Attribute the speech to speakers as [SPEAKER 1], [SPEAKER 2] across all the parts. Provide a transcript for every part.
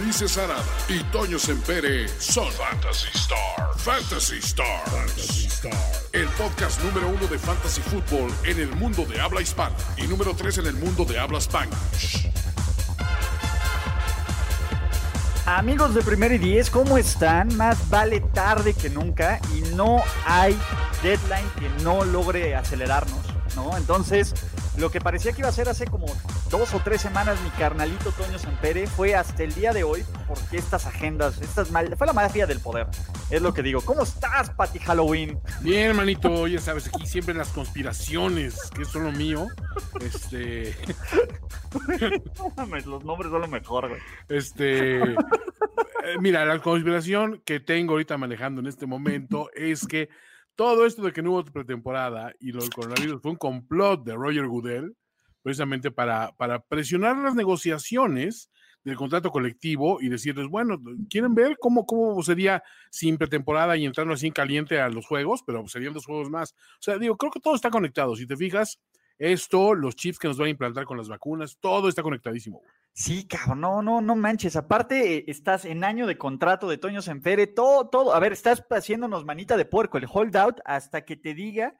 [SPEAKER 1] Ulises Arada y Toño Sempere son Fantasy Star. Fantasy Stars. El podcast número uno de Fantasy Football en el mundo de habla hispana y número tres en el mundo de habla hispana.
[SPEAKER 2] Amigos de Primero y Diez, ¿cómo están? Más vale tarde que nunca y no hay deadline que no logre acelerarnos, ¿no? Entonces, lo que parecía que iba a ser hace como dos o tres semanas mi carnalito Toño Sampere fue hasta el día de hoy porque estas agendas, estas mal, fue la magia del poder, es lo que digo. ¿Cómo estás, Pati Halloween?
[SPEAKER 3] Bien, manito, ya sabes, aquí siempre las conspiraciones, que son lo mío. Este,
[SPEAKER 2] No mames, los nombres son lo mejor, güey.
[SPEAKER 3] este. eh, Mira, la conspiración que tengo ahorita manejando en este momento es que todo esto de que no hubo pretemporada y lo del coronavirus fue un complot de Roger Goodell, precisamente para, para presionar las negociaciones del contrato colectivo y decirles, bueno, ¿quieren ver cómo, cómo sería sin pretemporada y entrando así en caliente a los juegos? Pero serían dos juegos más. O sea, digo, creo que todo está conectado. Si te fijas, esto, los chips que nos van a implantar con las vacunas, todo está conectadísimo. güey.
[SPEAKER 2] Sí, cabrón, no, no, no manches. Aparte, eh, estás en año de contrato de Toño Sempere, todo, todo. A ver, estás haciéndonos manita de puerco, el holdout, hasta que te diga,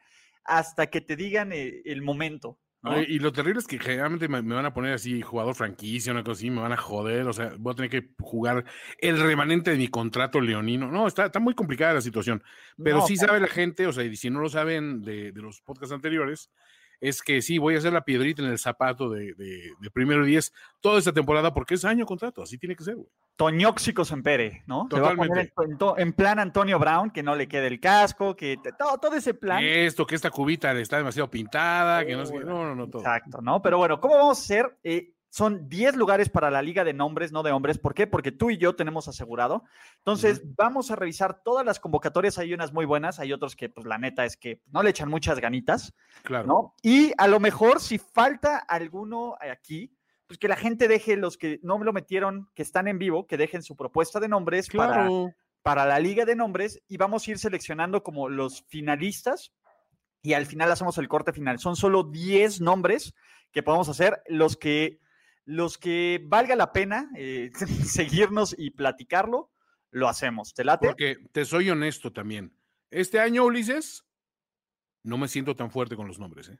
[SPEAKER 2] hasta que te digan eh, el momento. ¿no?
[SPEAKER 3] No, Y y lo terrible es que generalmente me, me van a poner así jugador franquicia, una cosa así, me van a joder, o sea, voy a tener que jugar el remanente de mi contrato leonino. No, está, está muy complicada la situación, pero
[SPEAKER 2] No,
[SPEAKER 3] sí
[SPEAKER 2] claro.
[SPEAKER 3] sabe la gente, o sea, y si no lo saben de, de los podcasts anteriores, es que sí, voy a hacer la piedrita en el zapato de, de, de primero 10 toda esta temporada porque es año contrato, así tiene que ser, güey.
[SPEAKER 2] Toñóxico Sempere, ¿no? Te va a poner
[SPEAKER 3] Totalmente.
[SPEAKER 2] en, to- en plan Antonio Brown, que no le quede el casco, que te- todo, todo ese plan.
[SPEAKER 3] Esto, que esta cubita está demasiado pintada, que no sé,
[SPEAKER 2] Sí,
[SPEAKER 3] qué. no, no, no, todo.
[SPEAKER 2] Exacto, ¿no? Pero bueno, ¿cómo vamos a hacer? Eh, son 10 lugares para la liga de nombres, no de hombres. ¿Por qué? Porque tú y yo tenemos asegurado. Entonces, vamos a revisar todas las convocatorias. Hay unas muy buenas, hay otros que, pues, la neta es que no le echan muchas ganitas,
[SPEAKER 3] Claro.
[SPEAKER 2] ¿no? Y a lo mejor, si falta alguno aquí, pues que la gente deje los que no me lo metieron, que están en vivo, que dejen su propuesta de nombres para,
[SPEAKER 3] Claro.
[SPEAKER 2] para la liga de nombres y vamos a ir seleccionando como los finalistas y al final hacemos el corte final. Son solo 10 nombres que podemos hacer, los que, los que valga la pena eh, seguirnos y platicarlo, lo hacemos. ¿Te late?
[SPEAKER 3] Porque te soy honesto también. Este año, Ulises, no me siento tan fuerte con los nombres. ¿eh?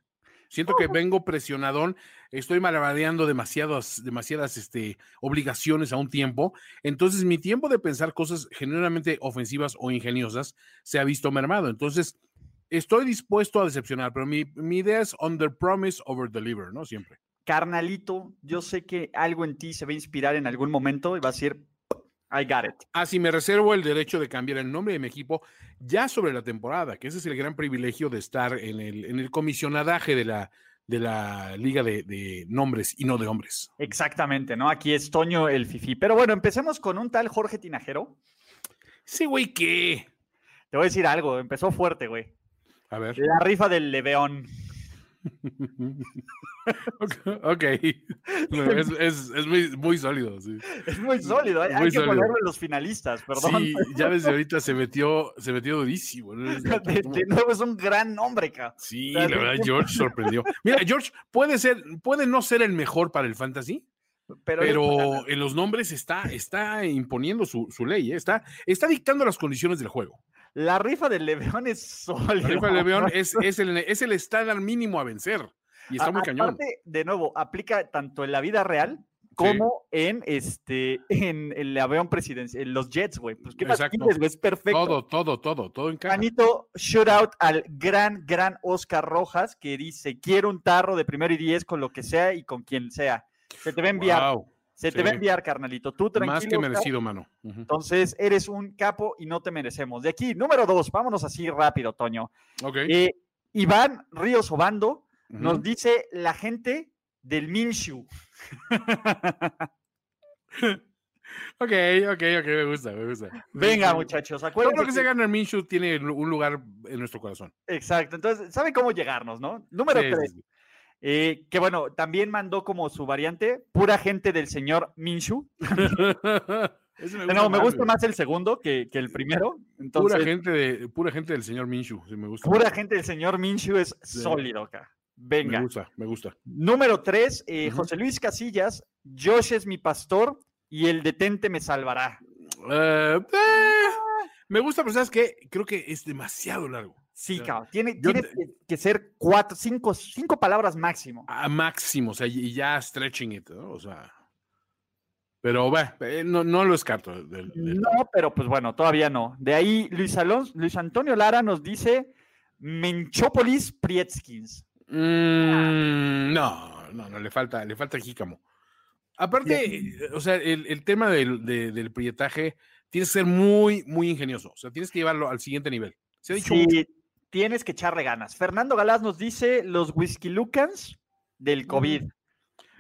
[SPEAKER 3] Siento que vengo presionadón, estoy malabadeando demasiadas, demasiadas este, obligaciones a un tiempo. Entonces, mi tiempo de pensar cosas generalmente ofensivas o ingeniosas se ha visto mermado. Entonces, estoy dispuesto a decepcionar, pero mi, mi idea es under promise, over deliver, ¿no? Siempre.
[SPEAKER 2] Carnalito, yo sé que algo en ti se va a inspirar en algún momento y va a decir, I got it.
[SPEAKER 3] Así Ah, me reservo el derecho de cambiar el nombre de mi equipo ya sobre la temporada, que ese es el gran privilegio de estar en el, en el comisionadaje de la, de la liga de, de nombres y no de hombres.
[SPEAKER 2] Exactamente, ¿no? Aquí es Toño el Fifi. Pero bueno, empecemos con un tal Jorge Tinajero.
[SPEAKER 3] Sí, güey, ¿qué?
[SPEAKER 2] Te voy a decir algo, empezó fuerte, güey.
[SPEAKER 3] A ver.
[SPEAKER 2] La rifa del Leveón.
[SPEAKER 3] ok. No, es es- es muy, muy sólido. Sí.
[SPEAKER 2] Es muy sólido, ¿eh? hay, hay
[SPEAKER 3] Muy
[SPEAKER 2] que
[SPEAKER 3] sólido.
[SPEAKER 2] ponerlo en los finalistas, perdón.
[SPEAKER 3] Sí, ya desde ahorita se metió, se metió durísimo. ¿no? Es-
[SPEAKER 2] De, de nuevo es un gran nombre, ca.
[SPEAKER 3] Sí,
[SPEAKER 2] sea,
[SPEAKER 3] la verdad, George sorprendió. Mira, George puede ser, puede no ser el mejor para el fantasy,
[SPEAKER 2] Pero,
[SPEAKER 3] pero en los nombres está, está imponiendo su, su ley, ¿eh? está, está dictando las condiciones del juego.
[SPEAKER 2] la rifa del Leveón es
[SPEAKER 3] La
[SPEAKER 2] sólida.
[SPEAKER 3] rifa del León es, es el, es el estándar mínimo a vencer y está
[SPEAKER 2] A-
[SPEAKER 3] muy cañón.
[SPEAKER 2] aparte, de nuevo, aplica tanto en la vida real como en este en el avión presidencial, en los Jets, güey. Pues qué más
[SPEAKER 3] Exacto.
[SPEAKER 2] quieres, güey? es perfecto.
[SPEAKER 3] Todo, todo, todo, todo en casa.
[SPEAKER 2] Manito, shoutout al gran, gran Oscar Rojas que dice: Quiero un tarro de primero y diez con lo que sea y con quien sea. Se te va a enviar, se te va a
[SPEAKER 3] sí.
[SPEAKER 2] enviar, carnalito. Tú tranquilo.
[SPEAKER 3] más que
[SPEAKER 2] Oscar.
[SPEAKER 3] merecido, mano. Ujú.
[SPEAKER 2] Entonces, eres un capo y no te merecemos. De aquí, número dos, vámonos así rápido, Toño.
[SPEAKER 3] Ok.
[SPEAKER 2] Eh, Iván Ríos Obando
[SPEAKER 3] ujú.
[SPEAKER 2] nos dice la gente del Minshu.
[SPEAKER 3] Ok, ok, ok, me gusta, me gusta.
[SPEAKER 2] Venga, muchachos,
[SPEAKER 3] Todo
[SPEAKER 2] acuérdense.
[SPEAKER 3] lo que se
[SPEAKER 2] que-
[SPEAKER 3] gana en Minshew tiene un lugar en nuestro corazón.
[SPEAKER 2] Exacto, entonces, ¿sabe cómo llegarnos, no? Número
[SPEAKER 3] Sí, sí,
[SPEAKER 2] 3.
[SPEAKER 3] sí.
[SPEAKER 2] Eh, que bueno, también mandó como su variante pura gente del señor Minshu.
[SPEAKER 3] Ese
[SPEAKER 2] No, me gusta
[SPEAKER 3] güey.
[SPEAKER 2] más el segundo que, que el primero. Entonces,
[SPEAKER 3] Pura
[SPEAKER 2] pura gente,
[SPEAKER 3] gente, de, pura gente del señor Minshew, sí, me gusta.
[SPEAKER 2] del señor Minshu es
[SPEAKER 3] Sí.
[SPEAKER 2] sólido acá.
[SPEAKER 3] Me
[SPEAKER 2] Venga.
[SPEAKER 3] gusta, me gusta.
[SPEAKER 2] Número tres, eh,
[SPEAKER 3] Ujú.
[SPEAKER 2] José Luis Casillas, Josh es mi pastor y el detente me salvará.
[SPEAKER 3] Eh, eh,
[SPEAKER 2] Ah.
[SPEAKER 3] me gusta, pero ¿sabes qué? Creo que es demasiado largo.
[SPEAKER 2] Sí,
[SPEAKER 3] Ya.
[SPEAKER 2] cabrón. Tiene,
[SPEAKER 3] Yo
[SPEAKER 2] tiene
[SPEAKER 3] te-
[SPEAKER 2] que, que ser cuatro, cinco, cinco palabras máximo.
[SPEAKER 3] A máximo, o sea, y ya stretching it, ¿no? O sea. Pero va, eh, no, no lo descarto.
[SPEAKER 2] Mm.
[SPEAKER 3] del- del-
[SPEAKER 2] No, pero pues bueno, todavía no. De ahí Luis Alonso, Luis Antonio Lara nos dice Menchópolis Prietskins.
[SPEAKER 3] Mm, no, no, no, le falta, le falta jícamo. Aparte, eh, o sea, el, el tema del, de- del prietaje tienes que ser muy, muy ingenioso. O sea, tienes que llevarlo al siguiente nivel. Se ha dicho mucho.
[SPEAKER 2] Sí, tienes que echarle ganas. Fernando Galás nos dice los Whisky Lucans del COVID.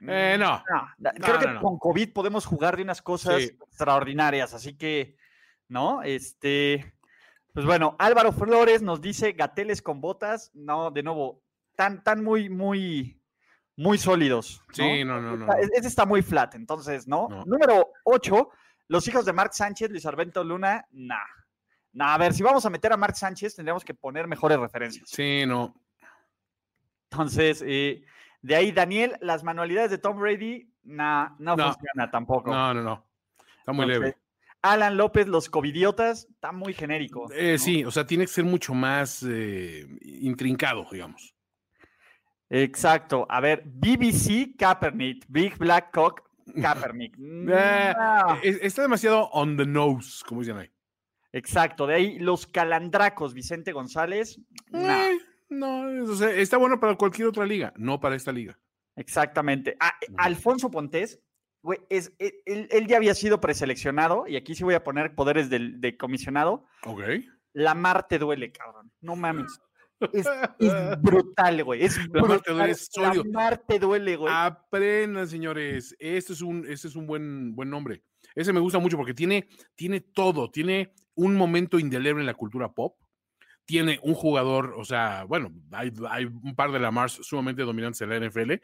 [SPEAKER 3] Eh, no.
[SPEAKER 2] Mm. No, da-
[SPEAKER 3] No,
[SPEAKER 2] creo que
[SPEAKER 3] no, no.
[SPEAKER 2] con COVID podemos jugar de unas cosas
[SPEAKER 3] Sí.
[SPEAKER 2] extraordinarias, así que, ¿no? Este, pues bueno, Álvaro Flores nos dice gateles con botas, no, de nuevo, tan, tan muy, muy, muy sólidos. ¿no?
[SPEAKER 3] Sí, no, no, no.
[SPEAKER 2] Está- Ese está muy flat, entonces, ¿no?
[SPEAKER 3] No.
[SPEAKER 2] Número 8, los hijos de Marc Sánchez, Luis Arvento Luna, nah. Nah, a ver, si vamos a meter a Marc Sánchez, tendríamos que poner mejores referencias.
[SPEAKER 3] Sí, no.
[SPEAKER 2] Entonces, eh, de ahí, Daniel, las manualidades de Tom Brady, nah, no,
[SPEAKER 3] No.
[SPEAKER 2] funciona tampoco.
[SPEAKER 3] No, no, no. Está muy
[SPEAKER 2] Entonces,
[SPEAKER 3] leve.
[SPEAKER 2] Alan López, los covidiotas, está muy genérico.
[SPEAKER 3] Eh,
[SPEAKER 2] ¿no?
[SPEAKER 3] Sí, o sea, tiene que ser mucho más eh, intrincado, digamos.
[SPEAKER 2] Exacto. A ver, BBC Kaepernick, Big Black Cock Kaepernick. Nah.
[SPEAKER 3] Eh, Está demasiado on the nose, como dicen ahí.
[SPEAKER 2] Exacto. De ahí, los calandracos, Vicente González. nah.
[SPEAKER 3] Eh, no, es- o sea, está bueno para cualquier otra liga, no para esta liga.
[SPEAKER 2] Exactamente. Ah, eh,
[SPEAKER 3] Ujú.
[SPEAKER 2] Alfonso Pontés, güey, es, eh, él, él ya había sido preseleccionado, y aquí sí voy a poner poderes del, de comisionado.
[SPEAKER 3] Ok.
[SPEAKER 2] La mar te duele, cabrón. No mames. Es, es brutal, güey. Es
[SPEAKER 3] La mar te
[SPEAKER 2] brutal.
[SPEAKER 3] duele, es Ah. sólido.
[SPEAKER 2] La mar te duele, güey.
[SPEAKER 3] Aprendan, señores. Este es un, este es un buen, buen nombre. Ese me gusta mucho porque tiene, tiene todo. Tiene un momento indeleble en la cultura pop. Tiene un jugador, o sea, bueno, hay, hay un par de Lamars sumamente dominantes en la NFL.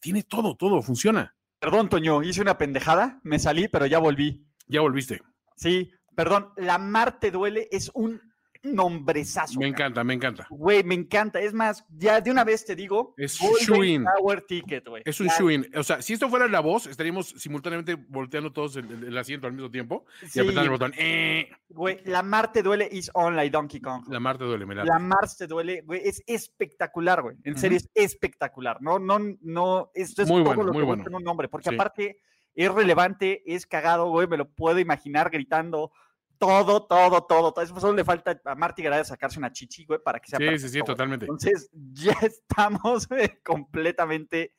[SPEAKER 3] Tiene todo, todo, funciona.
[SPEAKER 2] Perdón, Toño, hice una pendejada, me salí, pero ya volví.
[SPEAKER 3] Ya volviste.
[SPEAKER 2] Sí, perdón, La Mar te duele es un nombrezazo.
[SPEAKER 3] Me
[SPEAKER 2] cabrón.
[SPEAKER 3] encanta, me encanta.
[SPEAKER 2] Güey, me encanta. Es más, ya de una vez te digo,
[SPEAKER 3] Es
[SPEAKER 2] Golden
[SPEAKER 3] shoo-in.
[SPEAKER 2] Shower Ticket, güey.
[SPEAKER 3] Es un
[SPEAKER 2] Ya,
[SPEAKER 3] shoe-in. O sea, si esto fuera la voz, estaríamos simultáneamente volteando todos el, el- el asiento al mismo tiempo y
[SPEAKER 2] sí,
[SPEAKER 3] apretando el botón. Eh,
[SPEAKER 2] Güey, La Mar te duele is on like Donkey Kong.
[SPEAKER 3] la mar te duele, me late.
[SPEAKER 2] La Mar te duele, güey, es espectacular, güey. En
[SPEAKER 3] Ujú.
[SPEAKER 2] serio, es espectacular. No, no, no, esto es
[SPEAKER 3] Muy
[SPEAKER 2] todo
[SPEAKER 3] bueno,
[SPEAKER 2] lo
[SPEAKER 3] muy
[SPEAKER 2] que
[SPEAKER 3] bueno.
[SPEAKER 2] busca en un nombre, porque
[SPEAKER 3] Sí.
[SPEAKER 2] aparte es relevante, es cagado, güey, me lo puedo imaginar gritando todo, todo, todo. todo. Eso solo le falta a Marty Garay sacarse una chichi, güey, para que sea
[SPEAKER 3] Sí, sí, sí,
[SPEAKER 2] perfecto, güey.
[SPEAKER 3] totalmente.
[SPEAKER 2] Entonces, ya estamos güey, completamente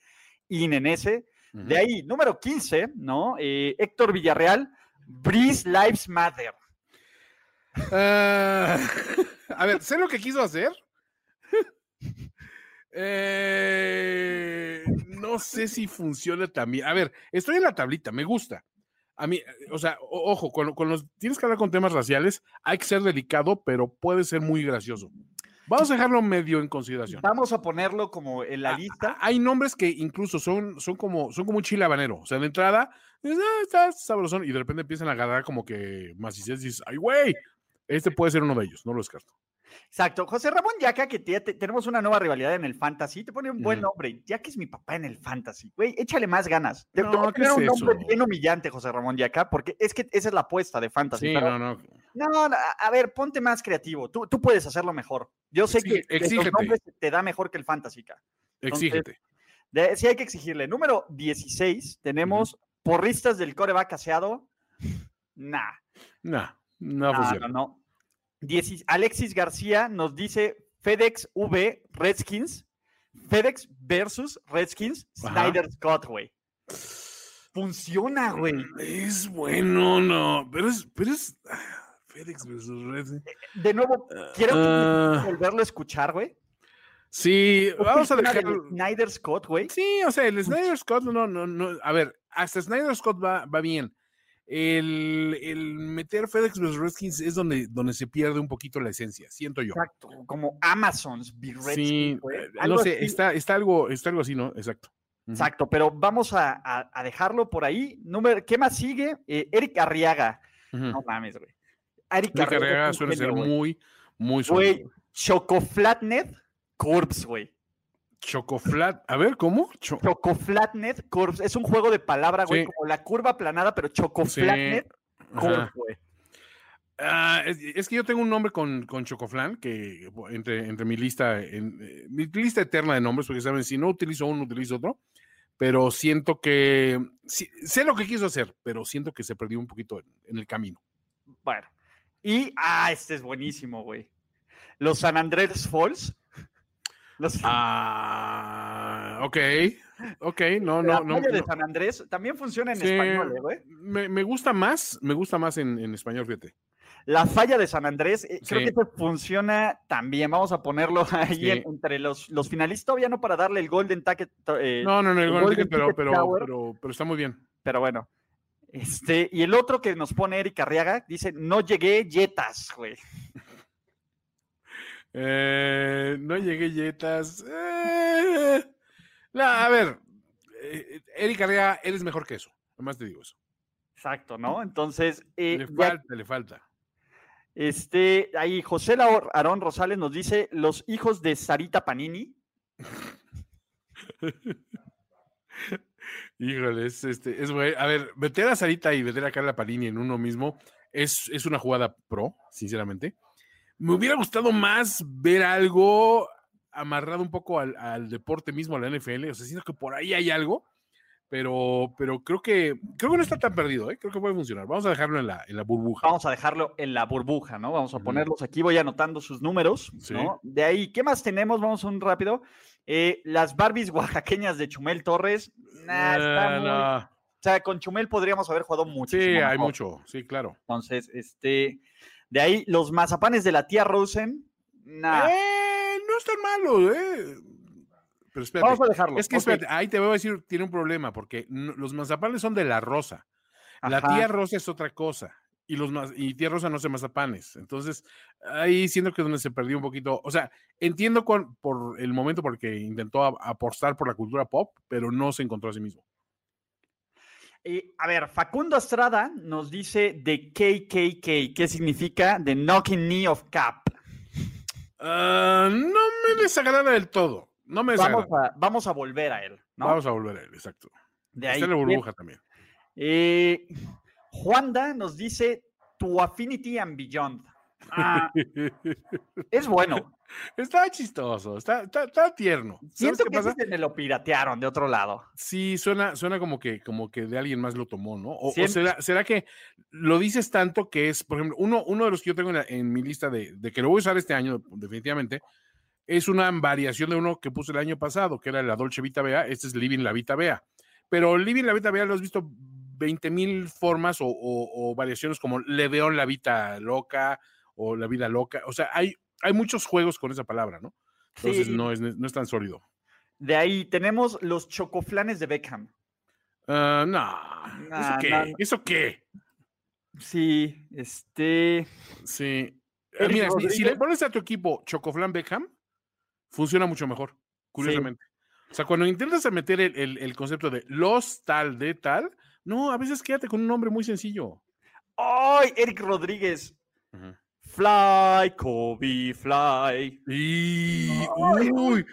[SPEAKER 2] in en ese.
[SPEAKER 3] Ujú.
[SPEAKER 2] De ahí, número 15, ¿no? Eh, Héctor Villarreal, Breeze Lives Matter.
[SPEAKER 3] Ah, a ver, sé lo que quiso hacer. Eh, no sé si funciona también. A ver, estoy en la tablita, me gusta. A mí, eh, o sea, o- ojo, con, con los, tienes que hablar con temas raciales, hay que ser delicado, pero puede ser muy gracioso. Vamos a dejarlo medio en consideración.
[SPEAKER 2] Vamos a ponerlo como en la
[SPEAKER 3] Ah,
[SPEAKER 2] lista.
[SPEAKER 3] Hay nombres que incluso son, son como, son como un chile habanero. O sea, de entrada, dices, "Ah, está sabrosón, y de repente empiezan a agarrar como que macizas y dices, ay, güey, este puede ser uno de ellos, no lo descarto.
[SPEAKER 2] Exacto. José Ramón Yaca, que ya te- tenemos una nueva rivalidad en el fantasy, te pone un buen
[SPEAKER 3] Ujú.
[SPEAKER 2] nombre. Ya que es mi papá en el fantasy, güey, échale más ganas. Te, te
[SPEAKER 3] No,
[SPEAKER 2] voy a
[SPEAKER 3] ¿qué es
[SPEAKER 2] poner un nombre
[SPEAKER 3] eso?
[SPEAKER 2] bien humillante, José Ramón Yaca, porque es que esa es la apuesta de fantasy.
[SPEAKER 3] Sí, no,
[SPEAKER 2] pero-
[SPEAKER 3] no.
[SPEAKER 2] no, no, a- a ver, ponte más creativo. Tú, tú puedes hacerlo mejor. Yo sé
[SPEAKER 3] Exige-
[SPEAKER 2] que que los
[SPEAKER 3] exígete.
[SPEAKER 2] nombres se te da mejor que el fantasy. ca.
[SPEAKER 3] Exígete.
[SPEAKER 2] De- sí hay que exigirle. Número 16, tenemos porristas del coreback aseado. Nah.
[SPEAKER 3] Nah, no
[SPEAKER 2] Ah,
[SPEAKER 3] funciona.
[SPEAKER 2] no, no. Dieci- Alexis García nos dice FedEx V Redskins. FedEx versus Redskins
[SPEAKER 3] Ajá.
[SPEAKER 2] Snyder Scott, güey. Funciona, güey.
[SPEAKER 3] Es bueno, no. Pero es, pero es. ah, FedEx versus Red. ¿eh?
[SPEAKER 2] De nuevo, quiero que
[SPEAKER 3] Ah,
[SPEAKER 2] volverlo a escuchar, güey.
[SPEAKER 3] sí, vamos a
[SPEAKER 2] Funciona
[SPEAKER 3] dejar.
[SPEAKER 2] del Snyder Scott, güey.
[SPEAKER 3] Sí, o sea, el Snyder Scott, no, no, no. A ver, hasta Snyder Scott va, va bien. el, el meter FedEx versus Redskins es donde, donde se pierde un poquito la esencia, siento yo.
[SPEAKER 2] Exacto, como Amazon's Big Redskins,
[SPEAKER 3] Sí,
[SPEAKER 2] güey.
[SPEAKER 3] eh,
[SPEAKER 2] Algo
[SPEAKER 3] no sé,
[SPEAKER 2] así.
[SPEAKER 3] está, está, algo, está algo así, ¿no? Exacto. Ujú.
[SPEAKER 2] Exacto, pero vamos a, a- a dejarlo por ahí. Número, ¿Qué más sigue? Eh, Eric Arriaga.
[SPEAKER 3] Ujú.
[SPEAKER 2] No mames, güey. Eric
[SPEAKER 3] Rick
[SPEAKER 2] Arriaga,
[SPEAKER 3] Arriaga
[SPEAKER 2] es un
[SPEAKER 3] suele ser
[SPEAKER 2] genio, güey.
[SPEAKER 3] muy, muy
[SPEAKER 2] Güey,
[SPEAKER 3] sólido.
[SPEAKER 2] Chocoflatnet Corps, güey.
[SPEAKER 3] Chocoflat. A ver, ¿cómo? Cho-
[SPEAKER 2] Chocoflatnet Corps. Es un juego de palabra, güey,
[SPEAKER 3] Sí.
[SPEAKER 2] como la curva aplanada, pero Chocoflatnet Corps,
[SPEAKER 3] Ajá.
[SPEAKER 2] güey.
[SPEAKER 3] Ah, es, es que yo tengo un nombre con, con Chocoflan, que bu- entre, entre mi lista, en- eh, mi lista eterna de nombres, porque saben, si no utilizo uno, utilizo otro, pero siento que, sí, sé lo que quiso hacer, pero siento que se perdió un poquito en, en el camino.
[SPEAKER 2] Bueno. Y, ah, este es buenísimo, güey. Los San Andrés Falls. Los,
[SPEAKER 3] Ah, ok, ok, no,
[SPEAKER 2] la
[SPEAKER 3] no, no.
[SPEAKER 2] playa de
[SPEAKER 3] no.
[SPEAKER 2] San Andrés también funciona en
[SPEAKER 3] Sí.
[SPEAKER 2] español, eh, güey.
[SPEAKER 3] Me, me gusta más, me gusta más en, en español, fíjate.
[SPEAKER 2] La falla de San Andrés, eh, creo
[SPEAKER 3] Sí.
[SPEAKER 2] que este funciona también. Vamos a ponerlo ahí
[SPEAKER 3] Sí.
[SPEAKER 2] en- entre los, los finalistas, todavía no para darle el Golden Ticket, to- eh,
[SPEAKER 3] No, no, no,
[SPEAKER 2] el
[SPEAKER 3] igual,
[SPEAKER 2] Golden
[SPEAKER 3] pero,
[SPEAKER 2] Ticket
[SPEAKER 3] pero,
[SPEAKER 2] Tower.
[SPEAKER 3] pero, pero está muy bien.
[SPEAKER 2] pero bueno. Este, y el otro que nos pone Eric Arriaga dice: No llegué, yetas, güey.
[SPEAKER 3] Eh, no llegué yetas. Eh, la- a ver, eh, Eric Arriaga, él es mejor que eso. Nomás te digo eso.
[SPEAKER 2] Exacto, ¿no? Entonces, eh,
[SPEAKER 3] Le
[SPEAKER 2] ya-
[SPEAKER 3] falta, le falta.
[SPEAKER 2] este, ahí José Lao- Aarón Rosales nos dice: Los hijos de Sarita Panini.
[SPEAKER 3] Híjole, es, este, es güey. A ver, meter a Sarita y meter a Carla Palini en uno mismo es, es una jugada pro, sinceramente. Me hubiera gustado más ver algo amarrado un poco al, al deporte mismo, a la NFL. O sea, siento que por ahí hay algo, pero, pero creo que creo que no está tan perdido, ¿eh? creo que puede funcionar. Vamos a dejarlo en la, en la burbuja.
[SPEAKER 2] Vamos a dejarlo en la burbuja, ¿no? Vamos a
[SPEAKER 3] Ujú.
[SPEAKER 2] ponerlos aquí, voy anotando sus números,
[SPEAKER 3] Sí.
[SPEAKER 2] ¿no? De ahí, ¿qué más tenemos? Vamos un rápido. Eh, las Barbies oaxaqueñas de Chumel Torres. nah, Ah, está
[SPEAKER 3] Eh,
[SPEAKER 2] muy-
[SPEAKER 3] no.
[SPEAKER 2] O sea, con Chumel podríamos haber jugado mucho.
[SPEAKER 3] Sí, hay mucho, sí, claro.
[SPEAKER 2] Entonces, este, de ahí, los mazapanes de la tía Rosen. Nah.
[SPEAKER 3] Eh, no es tan malo, ¿eh? Pero espérate.
[SPEAKER 2] Vamos a dejarlo.
[SPEAKER 3] es que
[SPEAKER 2] ok,
[SPEAKER 3] espérate, ahí te voy a decir, tiene un problema, porque no- los mazapanes son de la rosa. La
[SPEAKER 2] ajá.
[SPEAKER 3] tía rosa es otra cosa. Y, los maz- y tía rosa no hace mazapanes. Entonces, ahí siento que es donde se perdió un poquito. O sea, entiendo cuan- por el momento porque intentó a- apostar por la cultura pop, pero no se encontró a sí mismo.
[SPEAKER 2] Y, a ver, Facundo Estrada nos dice de KKK, ¿qué significa? The Knocking Knee of Cap.
[SPEAKER 3] Ah, no me desagrada del todo. No me
[SPEAKER 2] Vamos
[SPEAKER 3] desagrada.
[SPEAKER 2] a, vamos a volver a él, ¿no?
[SPEAKER 3] Vamos a volver a él, exacto.
[SPEAKER 2] de
[SPEAKER 3] Está
[SPEAKER 2] ahí.
[SPEAKER 3] en la burbuja también.
[SPEAKER 2] Eh, Juanda nos dice tu affinity and beyond. Ah, es bueno.
[SPEAKER 3] Está chistoso, está, está, está tierno. ¿Sabes
[SPEAKER 2] Siento
[SPEAKER 3] qué
[SPEAKER 2] que
[SPEAKER 3] pasa?
[SPEAKER 2] ese se me lo piratearon de otro lado.
[SPEAKER 3] Sí, suena, suena como que, como que de alguien más lo tomó, ¿no? O, o
[SPEAKER 2] Siento-
[SPEAKER 3] será, será que lo dices tanto que es, por ejemplo, uno, uno de los que yo tengo en, la- en mi lista de, de que lo voy a usar este año, definitivamente, es una variación de uno que puse el año pasado, que era la Dolce Vita Bea, este es Living la Vita Bea. Pero Living la Vita Bea lo has visto 20 mil formas o, o- o variaciones como Le veo la Vita Loca o La Vida Loca. O sea, hay, hay muchos juegos con esa palabra, ¿no? Entonces
[SPEAKER 2] Sí,
[SPEAKER 3] no, es, no es tan sólido.
[SPEAKER 2] De ahí tenemos los chocoflanes de Beckham.
[SPEAKER 3] Ah, no. ¿Eso
[SPEAKER 2] Nah,
[SPEAKER 3] qué?
[SPEAKER 2] Ah, no, no.
[SPEAKER 3] ¿Eso qué?
[SPEAKER 2] Sí, este.
[SPEAKER 3] Sí. Ah,
[SPEAKER 2] Eric
[SPEAKER 3] Mira, si- si, le
[SPEAKER 2] Rodríguez.
[SPEAKER 3] pones a tu equipo Chocoflan Beckham, funciona mucho mejor, curiosamente. O sea, cuando intentas meter el, el- el concepto de los tal de tal, no, a veces quédate con un nombre muy sencillo.
[SPEAKER 2] ¡Ay! Eric Rodríguez. Fly, Kobe, fly.
[SPEAKER 3] Y. Uy.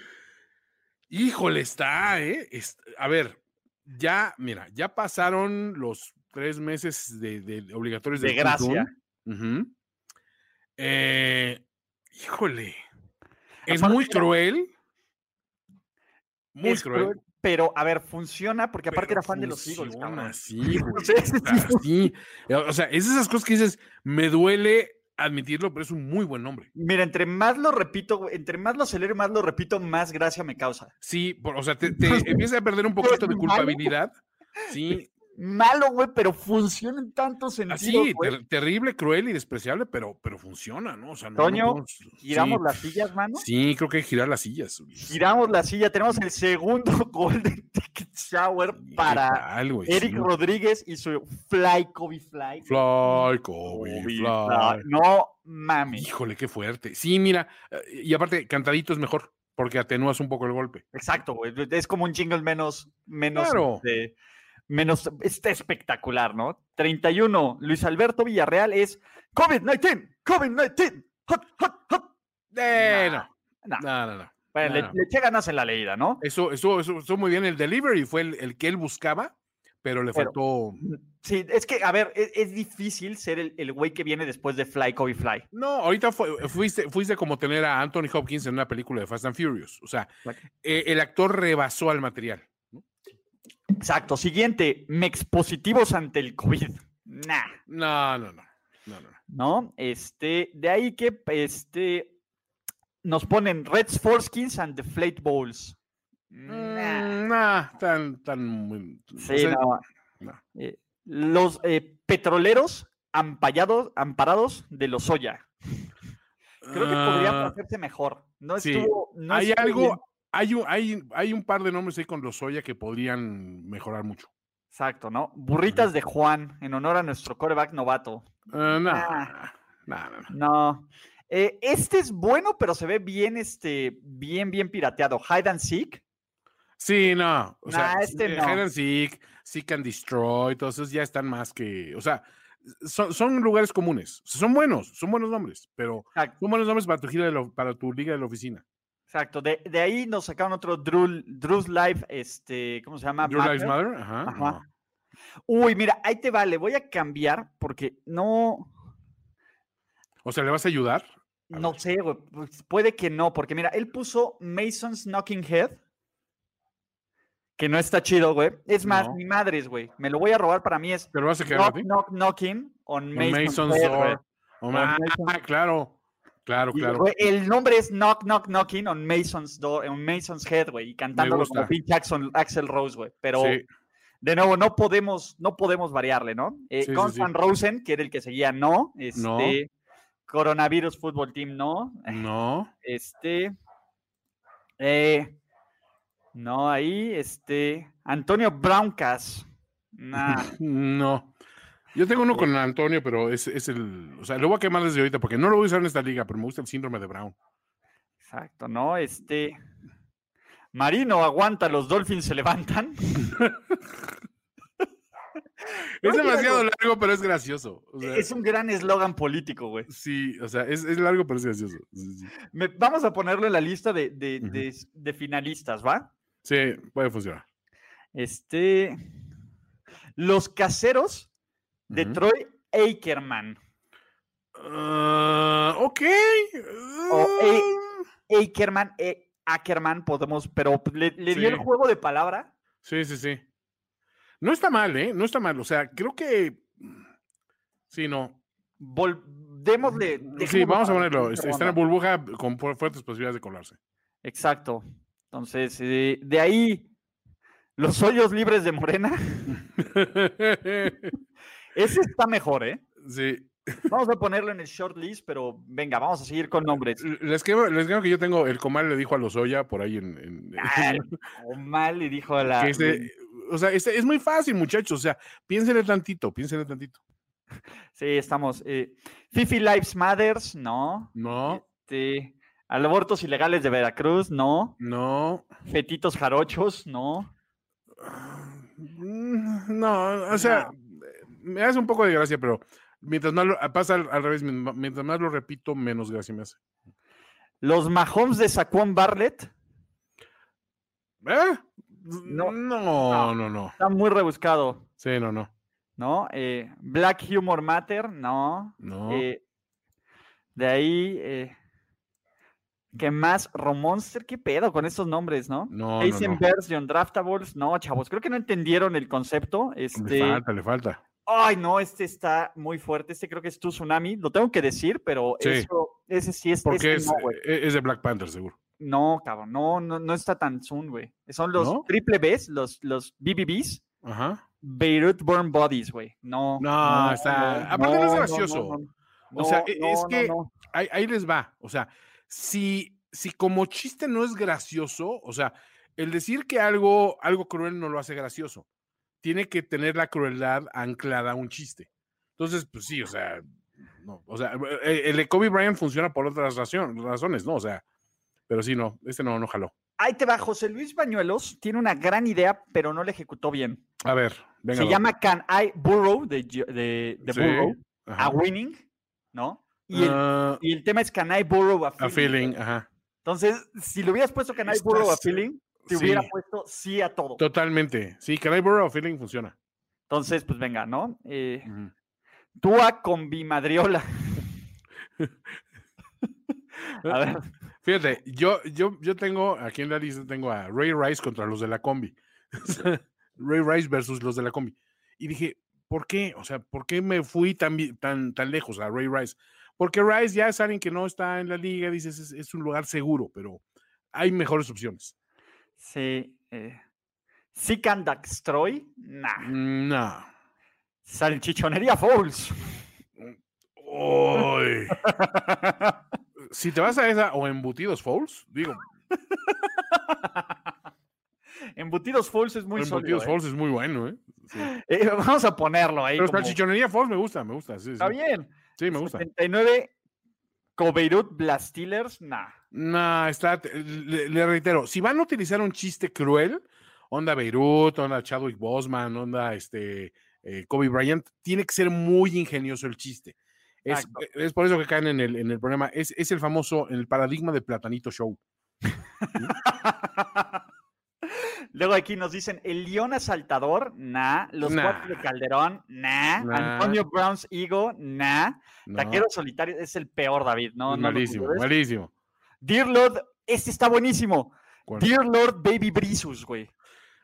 [SPEAKER 3] Híjole, está, ¿eh? Es- a ver, ya, mira, ya pasaron los tres meses de, de obligatorios
[SPEAKER 2] De
[SPEAKER 3] del Kun Kun.
[SPEAKER 2] gracia.
[SPEAKER 3] Ujú. Eh, híjole. Es
[SPEAKER 2] Aparte,
[SPEAKER 3] muy
[SPEAKER 2] mira,
[SPEAKER 3] cruel. Muy
[SPEAKER 2] Es
[SPEAKER 3] cruel.
[SPEAKER 2] cruel, Pero, a ver, funciona porque aparte
[SPEAKER 3] pero
[SPEAKER 2] era fan de los Eagles,
[SPEAKER 3] funciona,
[SPEAKER 2] cabrón.
[SPEAKER 3] Sí, güey,
[SPEAKER 2] O sea, ese
[SPEAKER 3] o sea, sí. Eh, O sea, es de esas cosas que dices, me duele admitirlo, pero es un muy buen nombre.
[SPEAKER 2] Mira, entre más lo repito, güey, entre más lo acelero y más lo repito, más gracia me causa.
[SPEAKER 3] Sí, por- o sea, te, te empieza a perder un poquito de
[SPEAKER 2] malo.
[SPEAKER 3] culpabilidad. Sí,
[SPEAKER 2] malo, güey, pero funciona en tantos sentidos.
[SPEAKER 3] Así, ter- terrible, cruel y despreciable, pero, pero funciona, ¿no? O sea, no,
[SPEAKER 2] Toño,
[SPEAKER 3] no- no-
[SPEAKER 2] Giramos
[SPEAKER 3] sí.
[SPEAKER 2] las sillas, mano.
[SPEAKER 3] Sí, creo que hay que girar las sillas. Ulises.
[SPEAKER 2] Giramos la silla. Tenemos el segundo Golden Ticket Shower
[SPEAKER 3] Sí, ¿qué
[SPEAKER 2] para
[SPEAKER 3] tal, güey?
[SPEAKER 2] Eric
[SPEAKER 3] Sí.
[SPEAKER 2] Rodríguez y su Fly Kobe Fly.
[SPEAKER 3] Fly, Kobe,
[SPEAKER 2] Kobe
[SPEAKER 3] fly.
[SPEAKER 2] Fly. No mames.
[SPEAKER 3] Híjole, qué fuerte. Sí, mira, eh, y aparte, cantadito es mejor, porque atenúas un poco el golpe.
[SPEAKER 2] Exacto, güey. Pues, Es como un jingle menos, menos,
[SPEAKER 3] Claro.
[SPEAKER 2] este, menos, está espectacular, ¿no? 31, Luis Alberto Villarreal es COVID-19, COVID-19, hot, hot, hot.
[SPEAKER 3] Eh,
[SPEAKER 2] Nah,
[SPEAKER 3] no, no,
[SPEAKER 2] nah.
[SPEAKER 3] no, no.
[SPEAKER 2] Bueno, le-
[SPEAKER 3] nah.
[SPEAKER 2] le, eché ganas en la leída, ¿no?
[SPEAKER 3] Eso, eso, eso, estuvo muy bien. El delivery fue el, el que él buscaba, pero le
[SPEAKER 2] Pero-
[SPEAKER 3] faltó.
[SPEAKER 2] Sí, es que, a ver, es, es difícil ser el el güey que viene después de Fly, Kobe Fly.
[SPEAKER 3] No, ahorita fue- eh, fuiste, fuiste como tener a Anthony Hopkins en una película de Fast and Furious. O sea,
[SPEAKER 2] Exacto.
[SPEAKER 3] eh, el actor rebasó al material.
[SPEAKER 2] Exacto. Siguiente, mexpositivos ante el COVID. Nah,
[SPEAKER 3] No, no, no. no, no, no.
[SPEAKER 2] ¿no? Este, de ahí que, este, nos ponen Reds Forskins and the Flate Bowls. Nah.
[SPEAKER 3] Mm, nah, tan, tan. muy- o
[SPEAKER 2] Sí,
[SPEAKER 3] sea,
[SPEAKER 2] no.
[SPEAKER 3] no.
[SPEAKER 2] Eh, los eh, petroleros ampallados, amparados de los soya. Creo que podrían
[SPEAKER 3] ah,
[SPEAKER 2] hacerse mejor. No
[SPEAKER 3] sí.
[SPEAKER 2] estuvo. no
[SPEAKER 3] hay
[SPEAKER 2] estuvo bien.
[SPEAKER 3] algo, hay un, hay, hay un par de nombres ahí con los Soya que podrían mejorar mucho.
[SPEAKER 2] Exacto, ¿no? Burritas de Juan en honor a nuestro coreback novato.
[SPEAKER 3] Ah, no,
[SPEAKER 2] Ah.
[SPEAKER 3] no, no, no.
[SPEAKER 2] No. Eh, este es bueno, pero se ve bien, este, bien, bien pirateado. Hide and Seek.
[SPEAKER 3] Sí, no. O sea,
[SPEAKER 2] Nah, este
[SPEAKER 3] eh,
[SPEAKER 2] no.
[SPEAKER 3] Hide and Seek, Seek and Destroy, todos esos ya están más que. O sea, son, son lugares comunes. O sea, son buenos, son buenos nombres, pero
[SPEAKER 2] Exacto.
[SPEAKER 3] son buenos nombres para tu gira de la- para tu liga de la oficina.
[SPEAKER 2] Exacto. De, de ahí nos sacaron otro Drew, Drew's Life, este, ¿cómo se llama?
[SPEAKER 3] Your Lives
[SPEAKER 2] Matter.
[SPEAKER 3] Matter, ajá.
[SPEAKER 2] Ajá.
[SPEAKER 3] no.
[SPEAKER 2] Uy, mira, ahí te vale. Voy a cambiar porque no,
[SPEAKER 3] O sea, ¿le vas a ayudar? A
[SPEAKER 2] no
[SPEAKER 3] ver.
[SPEAKER 2] sé, güey. pues, Puede que no, porque mira, él puso Mason's Knocking Head. Que no está chido, güey. Es más,
[SPEAKER 3] No.
[SPEAKER 2] ni madres, güey. Me lo voy a robar para mí. Es
[SPEAKER 3] ¿Te lo vas a quedar a
[SPEAKER 2] Knock
[SPEAKER 3] ti?
[SPEAKER 2] Knock Knocking on
[SPEAKER 3] On
[SPEAKER 2] Mason's,
[SPEAKER 3] Mason's
[SPEAKER 2] Head, güey.
[SPEAKER 3] Door. Oh, ma-
[SPEAKER 2] Mason-
[SPEAKER 3] ah, claro. Claro,
[SPEAKER 2] Y,
[SPEAKER 3] claro.
[SPEAKER 2] güey, El nombre es Knock Knock Knocking on Mason's Door, on Mason's Head, güey, y cantándolo como
[SPEAKER 3] gusta.
[SPEAKER 2] Pete Jackson, Axel Rose, güey. Pero
[SPEAKER 3] Sí.
[SPEAKER 2] de nuevo, no podemos, no podemos variarle, ¿no? Eh,
[SPEAKER 3] Sí, sí, sí.
[SPEAKER 2] Constant Rosen, que era el que seguía, no. Este,
[SPEAKER 3] No.
[SPEAKER 2] Coronavirus Football Team, no.
[SPEAKER 3] No.
[SPEAKER 2] Este. eh, no, ahí, este. Antonio Browncas. Nah.
[SPEAKER 3] No. Yo tengo
[SPEAKER 2] Pues
[SPEAKER 3] uno con Antonio, pero es, es el. O sea, lo voy a quemar desde ahorita porque no lo voy a usar en esta liga, pero me gusta el síndrome de Brown.
[SPEAKER 2] Exacto, ¿no? Este. Marino aguanta, los Dolphins se levantan.
[SPEAKER 3] Es
[SPEAKER 2] Oye,
[SPEAKER 3] demasiado largo, pero es gracioso. O sea,
[SPEAKER 2] eh, Es un gran eslogan político, güey.
[SPEAKER 3] Sí, o sea, es, es largo, pero es gracioso. Sí, sí.
[SPEAKER 2] Me- vamos a ponerlo en la lista de, de-
[SPEAKER 3] Ujú.
[SPEAKER 2] de s- de finalistas, ¿va?
[SPEAKER 3] Sí, puede funcionar.
[SPEAKER 2] Este. Los caseros de
[SPEAKER 3] Ujú.
[SPEAKER 2] Troy Ackerman.
[SPEAKER 3] Ah, ok.
[SPEAKER 2] O, eh,
[SPEAKER 3] Ah,
[SPEAKER 2] Ackerman, eh, Ackerman, podemos, pero le, le dio el
[SPEAKER 3] Sí.
[SPEAKER 2] juego de palabra.
[SPEAKER 3] Sí, sí, sí. No está mal, ¿eh? No está mal. O sea, creo que. Sí, no.
[SPEAKER 2] Vol- démosle-
[SPEAKER 3] Sí,
[SPEAKER 2] dejémoslo
[SPEAKER 3] vamos a
[SPEAKER 2] para la
[SPEAKER 3] ponerlo. este,
[SPEAKER 2] siguiente
[SPEAKER 3] Está en la
[SPEAKER 2] ronda.
[SPEAKER 3] burbuja con fu- fuertes posibilidades de colarse.
[SPEAKER 2] Exacto. Entonces, eh, de ahí, los hoyos libres de Morena. Ese está mejor, ¿eh?
[SPEAKER 3] sí.
[SPEAKER 2] Vamos a ponerlo en el short list, pero venga, vamos a seguir con nombres.
[SPEAKER 3] Les creo, les creo que yo tengo, el comal le dijo a Lozoya por ahí en... en-
[SPEAKER 2] Ay, Omar le dijo a Ah, la.
[SPEAKER 3] que este- o sea, este es muy fácil, muchachos. O sea, piénsenle tantito, piénsenle tantito.
[SPEAKER 2] Sí, estamos. eh, Fifi Lives Matters, no.
[SPEAKER 3] No,
[SPEAKER 2] Este, abortos ilegales de Veracruz, no.
[SPEAKER 3] no.
[SPEAKER 2] Fetitos jarochos, no.
[SPEAKER 3] Mm, No, o sea, me hace un poco de gracia, pero mientras más lo, pasa al, al revés, mien- mientras más lo repito, menos gracia me hace.
[SPEAKER 2] Los Mahomes de Saquon Bartlett.
[SPEAKER 3] ¿Eh?
[SPEAKER 2] No.
[SPEAKER 3] No, no, no, no.
[SPEAKER 2] Está muy rebuscado,
[SPEAKER 3] Sí, no, no.
[SPEAKER 2] ¿no? Eh, Black Humor Matter, no.
[SPEAKER 3] No.
[SPEAKER 2] Eh, de ahí. eh, ¿Qué más? Romonster, ¿qué pedo con estos nombres, no?
[SPEAKER 3] no, no, no.
[SPEAKER 2] Jason Version, Draftables, no, chavos, creo que no entendieron el concepto.
[SPEAKER 3] Le
[SPEAKER 2] Este,
[SPEAKER 3] falta, le falta.
[SPEAKER 2] ay, no, este está muy fuerte. Este creo que es tu tsunami, lo tengo que decir, pero
[SPEAKER 3] Sí.
[SPEAKER 2] eso, ese sí es.
[SPEAKER 3] Porque
[SPEAKER 2] este
[SPEAKER 3] es, eh? e,
[SPEAKER 2] no, güey.
[SPEAKER 3] es de Black Panther, seguro.
[SPEAKER 2] no, cabrón, no, no, no está tan zoom, güey. Son los
[SPEAKER 3] ¿No?
[SPEAKER 2] triple Bs, los, los BBBs,
[SPEAKER 3] Ajá.
[SPEAKER 2] Beirut Burn Bodies, güey. No.
[SPEAKER 3] No, está- aparte no es gracioso.
[SPEAKER 2] no,
[SPEAKER 3] O sea,
[SPEAKER 2] no,
[SPEAKER 3] e-
[SPEAKER 2] no,
[SPEAKER 3] es
[SPEAKER 2] no,
[SPEAKER 3] que-
[SPEAKER 2] no.
[SPEAKER 3] Ahí, ahí les va. O sea, si, si como chiste no es gracioso, o sea, el decir que algo, algo cruel no lo hace gracioso. Tiene que tener la crueldad anclada a un chiste. Entonces, pues sí, o sea, no, o sea, eh, el de Kobe Bryant funciona por otras razón- razones, ¿no? O sea, pero sí, no, este no, no jaló.
[SPEAKER 2] Ahí te va, José Luis Bañuelos tiene una gran idea, pero no la ejecutó bien.
[SPEAKER 3] A ver, venga.
[SPEAKER 2] Se
[SPEAKER 3] va.
[SPEAKER 2] llama Can I Burrow de, Gio- de, de
[SPEAKER 3] Sí,
[SPEAKER 2] Burrow
[SPEAKER 3] ajá.
[SPEAKER 2] a Winning, ¿no? Y el,
[SPEAKER 3] Ah,
[SPEAKER 2] y el tema es Can I Burrow a
[SPEAKER 3] a
[SPEAKER 2] Feeling.
[SPEAKER 3] feeling, ajá.
[SPEAKER 2] Entonces, si le hubieras puesto Can I
[SPEAKER 3] Estás-
[SPEAKER 2] Burrow a Feeling, te hubiera
[SPEAKER 3] Sí.
[SPEAKER 2] puesto sí a todo.
[SPEAKER 3] Totalmente. Sí, Can I borrow a feeling funciona.
[SPEAKER 2] Entonces, pues venga, ¿no? Eh,
[SPEAKER 3] Ujú.
[SPEAKER 2] Tua con Bimadriola. a ver,
[SPEAKER 3] Fíjate, yo, yo, yo tengo, aquí en la lista tengo a Ray Rice contra los de la combi. O sea, Ray Rice versus los de la combi. Y dije, ¿por qué? O sea, ¿por qué me fui tan, vi- tan, tan lejos a Ray Rice? Porque Rice ya es alguien que no está en la liga, dices, es, es un lugar seguro, pero hay mejores opciones.
[SPEAKER 2] sí. Eh. ¿Sí can Daxtroy? Nah.
[SPEAKER 3] No.
[SPEAKER 2] Salchichonería Fouls.
[SPEAKER 3] Oy. si te vas a esa o embutidos Fouls, digo,
[SPEAKER 2] Embutidos Fouls es muy sólido.
[SPEAKER 3] embutidos
[SPEAKER 2] eh.
[SPEAKER 3] Fouls es muy bueno, ¿eh? Sí.
[SPEAKER 2] Eh, vamos a ponerlo ahí.
[SPEAKER 3] Pero
[SPEAKER 2] como-
[SPEAKER 3] salchichonería Fouls me gusta, me gusta. Sí, sí.
[SPEAKER 2] Está bien.
[SPEAKER 3] Sí, me gusta.
[SPEAKER 2] 79 Cobeirut Blastilers, nah.
[SPEAKER 3] No, está. te- Le, le reitero, si van a utilizar un chiste cruel, onda Beirut, onda Chadwick Bosman, onda este eh, Kobe Bryant, tiene que ser muy ingenioso el chiste. Es, eh,
[SPEAKER 2] Exacto.
[SPEAKER 3] es por eso que caen en el, en el problema. Es, es el famoso, el paradigma de Platanito Show.
[SPEAKER 2] Luego aquí nos dicen el León Asaltador, nah. Los
[SPEAKER 3] Nah.
[SPEAKER 2] cuatro de Calderón, nah.
[SPEAKER 3] Nah.
[SPEAKER 2] Antonio Browns Ego, nah.
[SPEAKER 3] No,
[SPEAKER 2] Taquero Solitario es el peor, David. No,
[SPEAKER 3] es
[SPEAKER 2] no lo ¿eh?
[SPEAKER 3] malísimo,
[SPEAKER 2] consideres.
[SPEAKER 3] malísimo.
[SPEAKER 2] Dear Lord, este está buenísimo.
[SPEAKER 3] ¿Cuál?
[SPEAKER 2] Dear Lord Baby Brisus, güey.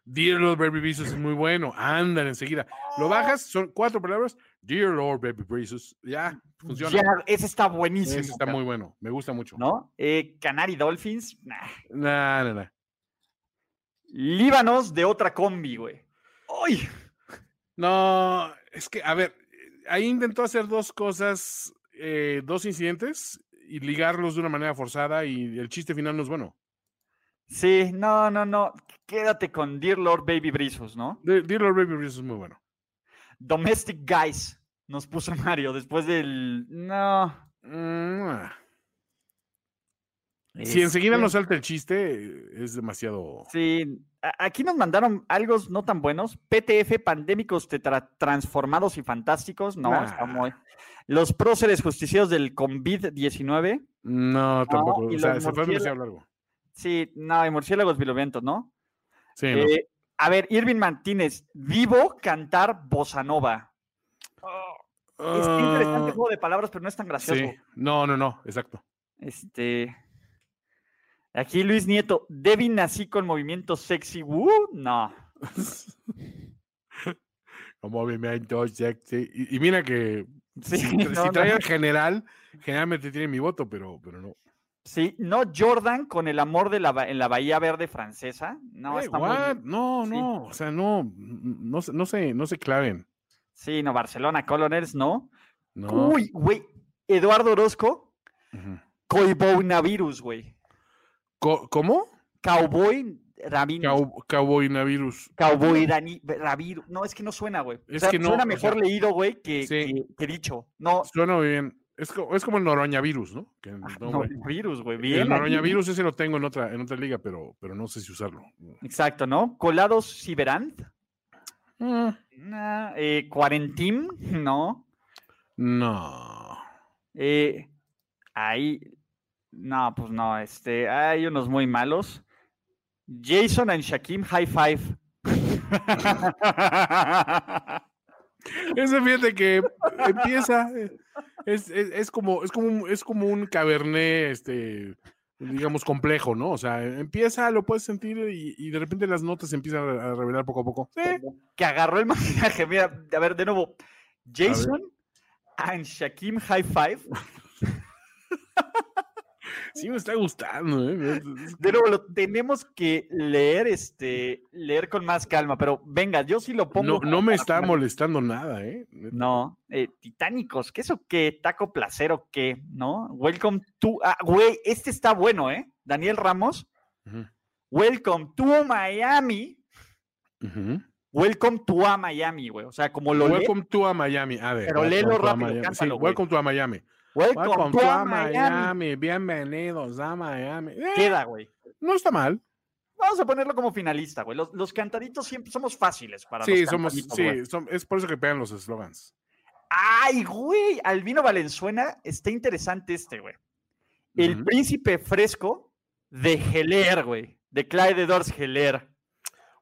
[SPEAKER 3] Dear Lord Baby Breezes es muy bueno. Andan enseguida. Lo bajas, son cuatro palabras. Dear Lord Baby Breezes. Ya, funciona.
[SPEAKER 2] Ya, ese está
[SPEAKER 3] Ese
[SPEAKER 2] buenísimo.
[SPEAKER 3] está
[SPEAKER 2] cabrón,
[SPEAKER 3] muy bueno. Me gusta mucho. No,
[SPEAKER 2] ¿No? Eh, Canary Dolphins, nah.
[SPEAKER 3] no, no.
[SPEAKER 2] Líbanos de otra combi, güey. ¡Ay!
[SPEAKER 3] No, es que, a ver, eh, ahí intentó hacer dos cosas, eh, dos incidentes y ligarlos de una manera forzada y el chiste final no es bueno.
[SPEAKER 2] Sí, no, no, no. Quédate con Dear Lord Baby Brisos, ¿no?
[SPEAKER 3] De- Dear Lord Baby Breeze es muy bueno.
[SPEAKER 2] Domestic Guys, nos puso Mario después del. No.
[SPEAKER 3] Mua. Si enseguida
[SPEAKER 2] este,
[SPEAKER 3] no salta el chiste, eh, es demasiado...
[SPEAKER 2] Sí, a- aquí nos mandaron algo no tan buenos. PTF, pandémicos tetra- transformados y fantásticos. No, está
[SPEAKER 3] Nah.
[SPEAKER 2] muy- Los próceres justicieros del COVID-19.
[SPEAKER 3] No, tampoco.
[SPEAKER 2] y
[SPEAKER 3] o sea,
[SPEAKER 2] los
[SPEAKER 3] se fue
[SPEAKER 2] murciéla-
[SPEAKER 3] demasiado largo.
[SPEAKER 2] Sí, no, y murciélagos virulentos, ¿no?
[SPEAKER 3] Sí, no.
[SPEAKER 2] Eh, a ver, Irving Martínez, vivo cantar bossa nova. Es que interesante
[SPEAKER 3] Ah,
[SPEAKER 2] juego de palabras, pero no es tan gracioso.
[SPEAKER 3] sí. No, no, no, exacto.
[SPEAKER 2] Este. Aquí Luis Nieto, Devin así con movimiento sexy. woo, No.
[SPEAKER 3] Como movimiento sexy. Y, y mira que
[SPEAKER 2] Sí,
[SPEAKER 3] si,
[SPEAKER 2] no,
[SPEAKER 3] tra- si
[SPEAKER 2] no,
[SPEAKER 3] trae
[SPEAKER 2] no.
[SPEAKER 3] al general, generalmente tiene mi voto, pero, pero no.
[SPEAKER 2] Sí, no Jordan con el amor de la, ba- en la Bahía Verde francesa. No,
[SPEAKER 3] Ey,
[SPEAKER 2] está muy-
[SPEAKER 3] what? No,
[SPEAKER 2] Sí.
[SPEAKER 3] no, o sea, no, n- no, se- no se, no se claven.
[SPEAKER 2] Sí, no, Barcelona, Colonels, no.
[SPEAKER 3] No.
[SPEAKER 2] Uy, güey, Eduardo Orozco,
[SPEAKER 3] Ujú.
[SPEAKER 2] Coibonavirus, güey.
[SPEAKER 3] Co- ¿Cómo?
[SPEAKER 2] Cowboy Rabin.
[SPEAKER 3] Cow- Cowboy Navirus.
[SPEAKER 2] Cowboy Dani, Ravirus. No, es que no suena, güey. O
[SPEAKER 3] Es
[SPEAKER 2] sea,
[SPEAKER 3] que no,
[SPEAKER 2] suena
[SPEAKER 3] o
[SPEAKER 2] mejor
[SPEAKER 3] sea,
[SPEAKER 2] leído, güey, que,
[SPEAKER 3] sí.
[SPEAKER 2] que- que dicho. No, ah,
[SPEAKER 3] Suena muy bien. Es, co- es como el Noroña Virus, ¿no? Que no,
[SPEAKER 2] no,
[SPEAKER 3] güey.
[SPEAKER 2] virus, güey.
[SPEAKER 3] el
[SPEAKER 2] Bien.
[SPEAKER 3] Noroña
[SPEAKER 2] ahí.
[SPEAKER 3] Virus ese lo tengo en otra, en otra liga, pero, pero no sé si usarlo.
[SPEAKER 2] Exacto, ¿no? Colados Ciberant. Ah.
[SPEAKER 3] Mm,
[SPEAKER 2] Nah, eh, Cuarentim, no.
[SPEAKER 3] No.
[SPEAKER 2] Eh, ahí. No, pues no, este. Hay unos muy malos. Jason and Shakim, high five.
[SPEAKER 3] Ese fíjate que empieza. eh, Es, es- es como, es como un, es como un cabernet, este, digamos, complejo, ¿no? O sea, empieza, lo puedes sentir y, y de repente las notas se empiezan a re- a revelar poco a poco. Sí.
[SPEAKER 2] que agarró el maquillaje. Mira, a ver, de nuevo. Jason and Shakim, high five.
[SPEAKER 3] Sí me está gustando, ¿eh?
[SPEAKER 2] De nuevo, lo tenemos que leer, este, leer con más calma, pero venga, yo sí lo pongo.
[SPEAKER 3] No, no me está molestando nada, ¿eh?
[SPEAKER 2] No, eh, Titánicos, ¿qué es o qué? Taco Placero, ¿qué? ¿No? Welcome to. Ah, güey, este está bueno, ¿eh? Daniel Ramos.
[SPEAKER 3] Ujú,
[SPEAKER 2] Welcome to Miami.
[SPEAKER 3] ujú.
[SPEAKER 2] Welcome to a Miami, güey. O sea, como lo lee,
[SPEAKER 3] Welcome to a Miami. A ver.
[SPEAKER 2] Pero
[SPEAKER 3] welcome
[SPEAKER 2] léelo
[SPEAKER 3] to a
[SPEAKER 2] rápido,
[SPEAKER 3] Miami. Sí,
[SPEAKER 2] cántalo, güey.
[SPEAKER 3] welcome to a Miami.
[SPEAKER 2] Welcome,
[SPEAKER 3] Welcome
[SPEAKER 2] to a Miami.
[SPEAKER 3] Bienvenidos a Miami. Eh,
[SPEAKER 2] Queda, güey.
[SPEAKER 3] no está mal.
[SPEAKER 2] Vamos a ponerlo como finalista, güey. Los, los cantaditos siempre somos fáciles para
[SPEAKER 3] Sí,
[SPEAKER 2] los
[SPEAKER 3] somos,
[SPEAKER 2] cantaditos, güey.
[SPEAKER 3] sí, son- es por eso que pegan los eslogans.
[SPEAKER 2] Ay, güey, Albino Valenzuela, está interesante este, güey. El
[SPEAKER 3] Ujú.
[SPEAKER 2] príncipe fresco de Geler, güey. De Clyde de Dors Geler.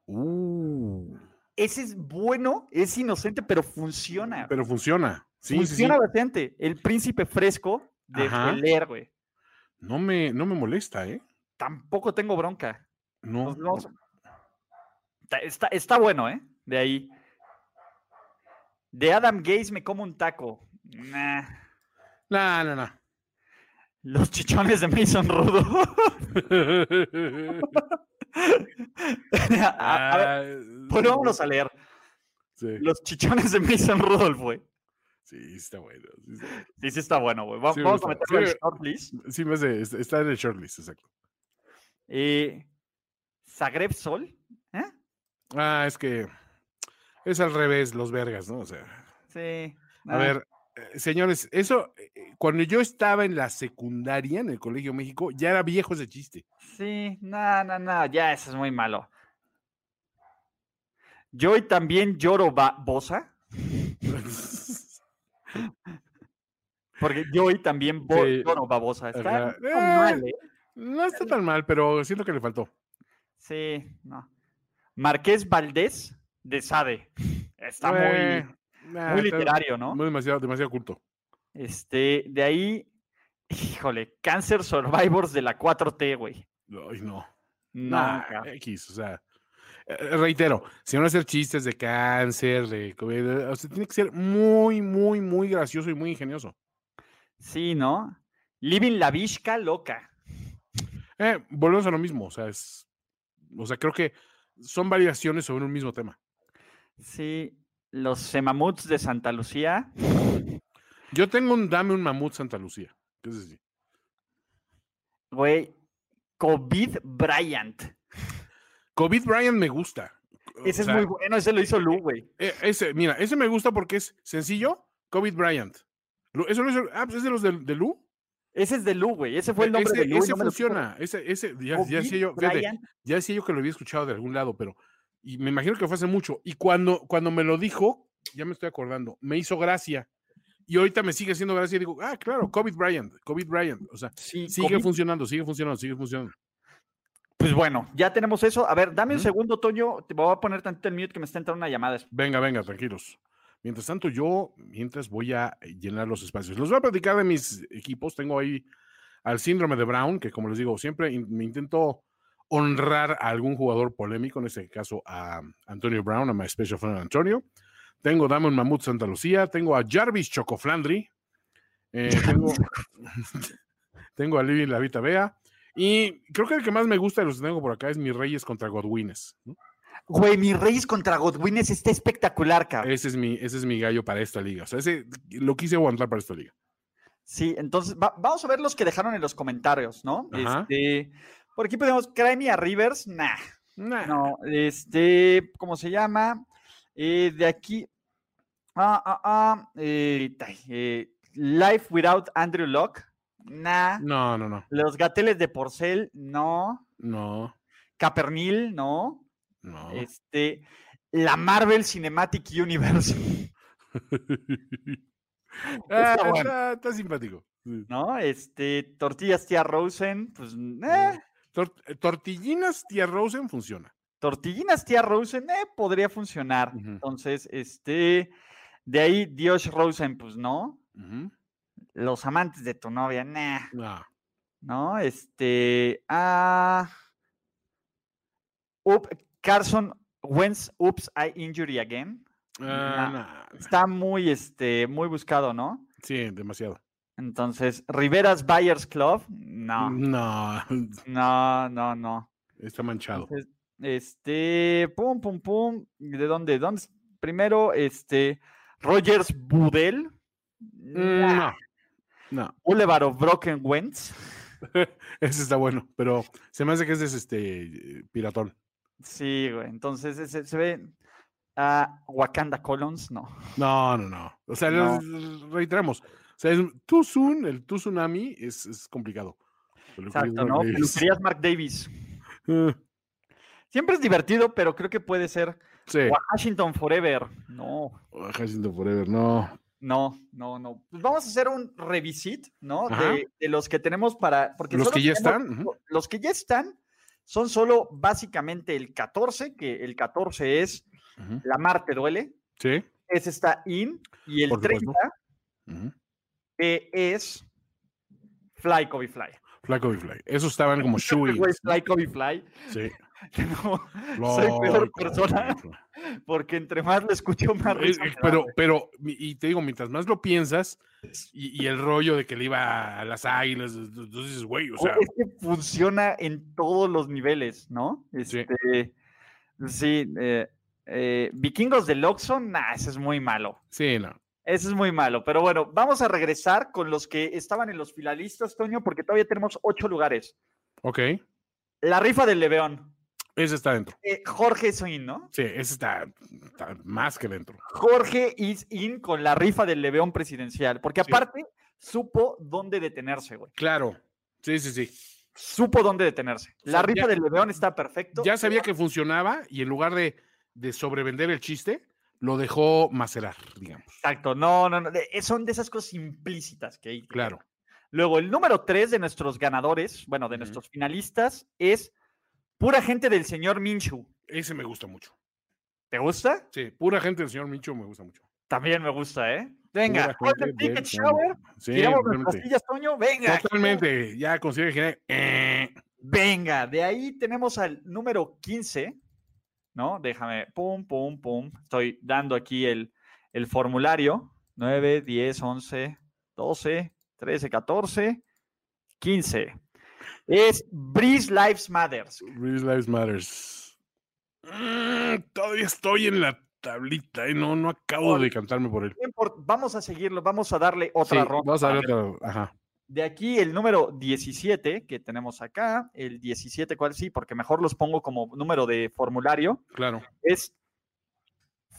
[SPEAKER 3] Uh,
[SPEAKER 2] Ese es bueno, es inocente, pero funciona.
[SPEAKER 3] pero funciona. Sí, sí, sí.
[SPEAKER 2] funciona bastante. El príncipe fresco de
[SPEAKER 3] Ajá.
[SPEAKER 2] Geler, güey.
[SPEAKER 3] No me, no me molesta, ¿eh?
[SPEAKER 2] Tampoco tengo bronca.
[SPEAKER 3] No.
[SPEAKER 2] Nos vamos- Está, está- está bueno, ¿eh? De ahí. De Adam Gaze me como un taco. Nah.
[SPEAKER 3] No, no, no.
[SPEAKER 2] Los chichones de Mason Rudo. a, a
[SPEAKER 3] Ah,
[SPEAKER 2] ver, volvámonos a leer.
[SPEAKER 3] Sí,
[SPEAKER 2] Los chichones de Mason Rudolph, güey.
[SPEAKER 3] sí, está bueno. sí está bueno.
[SPEAKER 2] Sí, sí está bueno, güey. Va-
[SPEAKER 3] Sí me
[SPEAKER 2] Vamos a
[SPEAKER 3] gusta.
[SPEAKER 2] meterlo en
[SPEAKER 3] Sí.
[SPEAKER 2] shortlist.
[SPEAKER 3] Sí, me hace- es- está en el shortlist, exacto.
[SPEAKER 2] Eh, Zagreb Sol. ¿Eh?
[SPEAKER 3] Ah, es que es al revés, los vergas, ¿no? O sea,
[SPEAKER 2] Sí.
[SPEAKER 3] A ver, eh, señores, eso, eh, eh, cuando yo estaba en la secundaria, en el Colegio México, ya era viejo ese chiste.
[SPEAKER 2] Sí, no, no, no, ya eso es muy malo. Yo hoy también lloro ba- bosa, porque yo hoy también bo-
[SPEAKER 3] Sí,
[SPEAKER 2] lloro babosa. Está
[SPEAKER 3] ajá.
[SPEAKER 2] está mal,
[SPEAKER 3] Eh.
[SPEAKER 2] ¿eh?
[SPEAKER 3] no está tan mal, pero siento que le faltó.
[SPEAKER 2] Sí, no. Marqués Valdés de Sade. Está
[SPEAKER 3] Eh,
[SPEAKER 2] muy,
[SPEAKER 3] nah,
[SPEAKER 2] muy
[SPEAKER 3] está
[SPEAKER 2] literario, ¿no?
[SPEAKER 3] muy demasiado, demasiado culto.
[SPEAKER 2] Este, de ahí, híjole, Cancer Survivors de la 4T, güey.
[SPEAKER 3] Ay, no.
[SPEAKER 2] No,
[SPEAKER 3] Nah,
[SPEAKER 2] ca-
[SPEAKER 3] X, o sea. eh, Reitero, si van a hacer chistes de cáncer, de COVID, o sea, tiene que ser muy, muy, muy gracioso y muy ingenioso.
[SPEAKER 2] sí, ¿no? Living la Vizca loca.
[SPEAKER 3] Eh, volvemos a lo mismo, o sea, es, o sea, creo que son variaciones sobre un mismo tema.
[SPEAKER 2] Sí, los Semamuts de Santa Lucía.
[SPEAKER 3] Yo tengo un dame un mamut Santa Lucía. ¿Qué es así?
[SPEAKER 2] Güey, COVID Bryant.
[SPEAKER 3] COVID Bryant me gusta. o
[SPEAKER 2] Ese
[SPEAKER 3] sea,
[SPEAKER 2] es muy bueno, ese lo hizo Lu, güey.
[SPEAKER 3] e- ese, mira, ese me gusta porque es sencillo. COVID Bryant. Lu- Eso no es, el- ah, pues es de los de, de Lu.
[SPEAKER 2] Ese es de Lu, güey. Ese fue el
[SPEAKER 3] E-
[SPEAKER 2] nombre
[SPEAKER 3] ese
[SPEAKER 2] de Lu. y
[SPEAKER 3] ese
[SPEAKER 2] no me lo puso.
[SPEAKER 3] funciona. Ese, ese, ya, ya
[SPEAKER 2] COVID
[SPEAKER 3] sé yo, fíjate,
[SPEAKER 2] Bryant,
[SPEAKER 3] ya decía yo que lo había escuchado de algún lado, pero y me imagino que fue hace mucho. Y cuando, cuando me lo dijo, ya me estoy acordando, me hizo gracia. Y ahorita me sigue haciendo gracia y digo, ah, claro, COVID Bryant, COVID Bryant. O sea,
[SPEAKER 2] sí,
[SPEAKER 3] sigue
[SPEAKER 2] COVID.
[SPEAKER 3] funcionando, sigue funcionando, sigue funcionando.
[SPEAKER 2] Pues bueno, ya tenemos eso. A ver, dame un
[SPEAKER 3] Ujú.
[SPEAKER 2] segundo, Toño. Te voy a poner tantito el mute que me está entrando una llamada. después.
[SPEAKER 3] Venga, venga, tranquilos. Mientras tanto, yo, mientras voy a eh, llenar los espacios, les voy a platicar de mis equipos. Tengo ahí al síndrome de Brown, que como les digo, siempre in- me intento honrar a algún jugador polémico, en este caso a Antonio Brown, a my special friend Antonio. Tengo a Damon Mamut Santa Lucía, tengo a Jarvis Chocoflandri, eh, tengo, tengo a Living La Vita Bea, y creo que el que más me gusta de los que tengo por acá es mi Reyes contra Godwines. ¿no?
[SPEAKER 2] Güey, mi Reyes contra Godwines está espectacular, cabrón.
[SPEAKER 3] Ese es mi, ese es mi gallo para esta liga. O sea, ese lo quise aguantar para esta liga.
[SPEAKER 2] Sí, entonces va- vamos a ver los que dejaron en los comentarios, ¿no?
[SPEAKER 3] Ajá.
[SPEAKER 2] Este, por aquí podemos, Crimea Rivers, nah.
[SPEAKER 3] Nah.
[SPEAKER 2] No, este, ¿cómo se llama? Eh, de aquí. Ah, ah, ah. eh, ay, eh, Life Without Andrew Locke. Nah.
[SPEAKER 3] No, no, no.
[SPEAKER 2] Los gateles de Porcel, no.
[SPEAKER 3] No,
[SPEAKER 2] Capernil, no.
[SPEAKER 3] no.
[SPEAKER 2] Este. La Marvel Cinematic Universe,
[SPEAKER 3] Ah,
[SPEAKER 2] está
[SPEAKER 3] está,
[SPEAKER 2] bueno.
[SPEAKER 3] está simpático. Sí.
[SPEAKER 2] ¿no? Este. Tortillas Tía Rosen, pues. eh,
[SPEAKER 3] Tor- eh, tortillinas Tía Rosen funciona.
[SPEAKER 2] Tortillinas Tía Rosen, eh, podría funcionar.
[SPEAKER 3] Ujú.
[SPEAKER 2] Entonces, este. De ahí, Dios Rosen, pues no.
[SPEAKER 3] Ujú. Ah,
[SPEAKER 2] Los amantes de tu novia, nah.
[SPEAKER 3] Nah.
[SPEAKER 2] ¿no? Este. Ah. Up- Carson Wentz, Oops, I Injury Again.
[SPEAKER 3] Ah,
[SPEAKER 2] Nah.
[SPEAKER 3] nah.
[SPEAKER 2] Está muy, este, muy buscado, ¿no?
[SPEAKER 3] Sí, demasiado.
[SPEAKER 2] Entonces, Riveras Buyers Club, no.
[SPEAKER 3] No,
[SPEAKER 2] No, no, no.
[SPEAKER 3] está manchado.
[SPEAKER 2] Entonces, este, pum, pum, pum. ¿De dónde? ¿Dónde? es? Primero, este, Rogers Budel.
[SPEAKER 3] No, no.
[SPEAKER 2] Boulevard of Broken Wentz.
[SPEAKER 3] Ese está bueno, pero se me hace que ese es este eh, piratón.
[SPEAKER 2] Sí, güey. Entonces, ese- se ve. a Wakanda Colons, no.
[SPEAKER 3] No, no, no. O sea,
[SPEAKER 2] No.
[SPEAKER 3] los- reiteramos. O sea, es un- Tuzun, el Tsunami es, es complicado. Peluquerías
[SPEAKER 2] Exacto, ¿no?
[SPEAKER 3] Rodríguez.
[SPEAKER 2] Peluquerías Mark Davis.
[SPEAKER 3] Eh,
[SPEAKER 2] Siempre es divertido, pero creo que puede ser
[SPEAKER 3] Sí, Oh,
[SPEAKER 2] Washington Forever. No,
[SPEAKER 3] Jacinto Forever, no.
[SPEAKER 2] no, no, no. Pues vamos a hacer un revisit, ¿no?
[SPEAKER 3] Ajá.
[SPEAKER 2] De, de los que tenemos para. Porque
[SPEAKER 3] Los
[SPEAKER 2] solo
[SPEAKER 3] que ya
[SPEAKER 2] tenemos-
[SPEAKER 3] están, ujú.
[SPEAKER 2] Los que ya están son solo básicamente el 14, que el 14 es
[SPEAKER 3] Ujú,
[SPEAKER 2] La Mar Te Duele.
[SPEAKER 3] Sí.
[SPEAKER 2] Ese está in. Y el
[SPEAKER 3] Por
[SPEAKER 2] 30
[SPEAKER 3] supuesto. ujú.
[SPEAKER 2] que es Fly Kobe Fly.
[SPEAKER 3] Flaco y Fly. Esos estaban como
[SPEAKER 2] Este
[SPEAKER 3] Shui.
[SPEAKER 2] güey es Fly Kobe Fly.
[SPEAKER 3] Sí.
[SPEAKER 2] No, soy peor
[SPEAKER 3] Flaco,
[SPEAKER 2] persona
[SPEAKER 3] Flaco.
[SPEAKER 2] porque entre más lo escucho, más
[SPEAKER 3] Eh,
[SPEAKER 2] risa me
[SPEAKER 3] eh,
[SPEAKER 2] da,
[SPEAKER 3] Pero,
[SPEAKER 2] güey.
[SPEAKER 3] pero, mi- y te digo, mientras más lo piensas, y, y el rollo de que le iba a las águilas, entonces dices, güey, o sea,
[SPEAKER 2] es que funciona en todos los niveles, ¿no?
[SPEAKER 3] Sí.
[SPEAKER 2] Este, sí. eh, eh, Vikingos del Oxxo, nah, ese es muy malo.
[SPEAKER 3] sí, no.
[SPEAKER 2] Ese es muy malo. Pero bueno, vamos a regresar con los que estaban en los finalistas, Toño, porque todavía tenemos ocho lugares.
[SPEAKER 3] Ok.
[SPEAKER 2] La rifa del Leveón.
[SPEAKER 3] Ese está dentro.
[SPEAKER 2] eh, Jorge es in, ¿no?
[SPEAKER 3] Sí, ese está, está más que dentro.
[SPEAKER 2] Jorge is in con la rifa del Leveón presidencial, porque
[SPEAKER 3] Sí.
[SPEAKER 2] aparte supo dónde detenerse, güey.
[SPEAKER 3] Claro. Sí, sí, sí.
[SPEAKER 2] Supo dónde detenerse.
[SPEAKER 3] O
[SPEAKER 2] La
[SPEAKER 3] sea,
[SPEAKER 2] rifa
[SPEAKER 3] ya-
[SPEAKER 2] del Leveón está perfecto.
[SPEAKER 3] Ya sabía que funcionaba y en lugar de, de sobrevender el chiste, lo dejó macerar, digamos.
[SPEAKER 2] Exacto, no, no, no. de- eh, son de esas cosas implícitas que hay. que-
[SPEAKER 3] Claro.
[SPEAKER 2] Luego, el número tres de nuestros ganadores, bueno, de
[SPEAKER 3] Ujú.
[SPEAKER 2] nuestros finalistas, es pura gente del señor Minchu.
[SPEAKER 3] Ese me gusta mucho.
[SPEAKER 2] ¿Te gusta?
[SPEAKER 3] Sí, pura gente del señor Micho me gusta mucho.
[SPEAKER 2] También me gusta, ¿eh? Venga,
[SPEAKER 3] Pura
[SPEAKER 2] Golden
[SPEAKER 3] gente del
[SPEAKER 2] Ticket
[SPEAKER 3] señor
[SPEAKER 2] Shower,
[SPEAKER 3] Micho. Sí,
[SPEAKER 2] tiramos las
[SPEAKER 3] totalmente.
[SPEAKER 2] pastillas, Toño, venga.
[SPEAKER 3] Totalmente. Ya consigue que. eh,
[SPEAKER 2] Venga, de ahí tenemos al número 15, ¿no? Déjame, pum, pum, pum. Estoy dando aquí el, el formulario. 9, 10, 11, 12, 13, 14, 15. Es Breeze Lives Matters.
[SPEAKER 3] Real Lives Matters. Mm, todavía estoy en la tablita y no, no acabo de cantarme por él.
[SPEAKER 2] No importa, Vamos a seguirlo, vamos a darle
[SPEAKER 3] Sí,
[SPEAKER 2] otra ronda.
[SPEAKER 3] vamos a ver
[SPEAKER 2] A ver,
[SPEAKER 3] otra. Ajá.
[SPEAKER 2] De aquí el número 17 que tenemos acá, el 17, ¿cuál sí? Porque mejor los pongo como número de formulario.
[SPEAKER 3] Claro.
[SPEAKER 2] es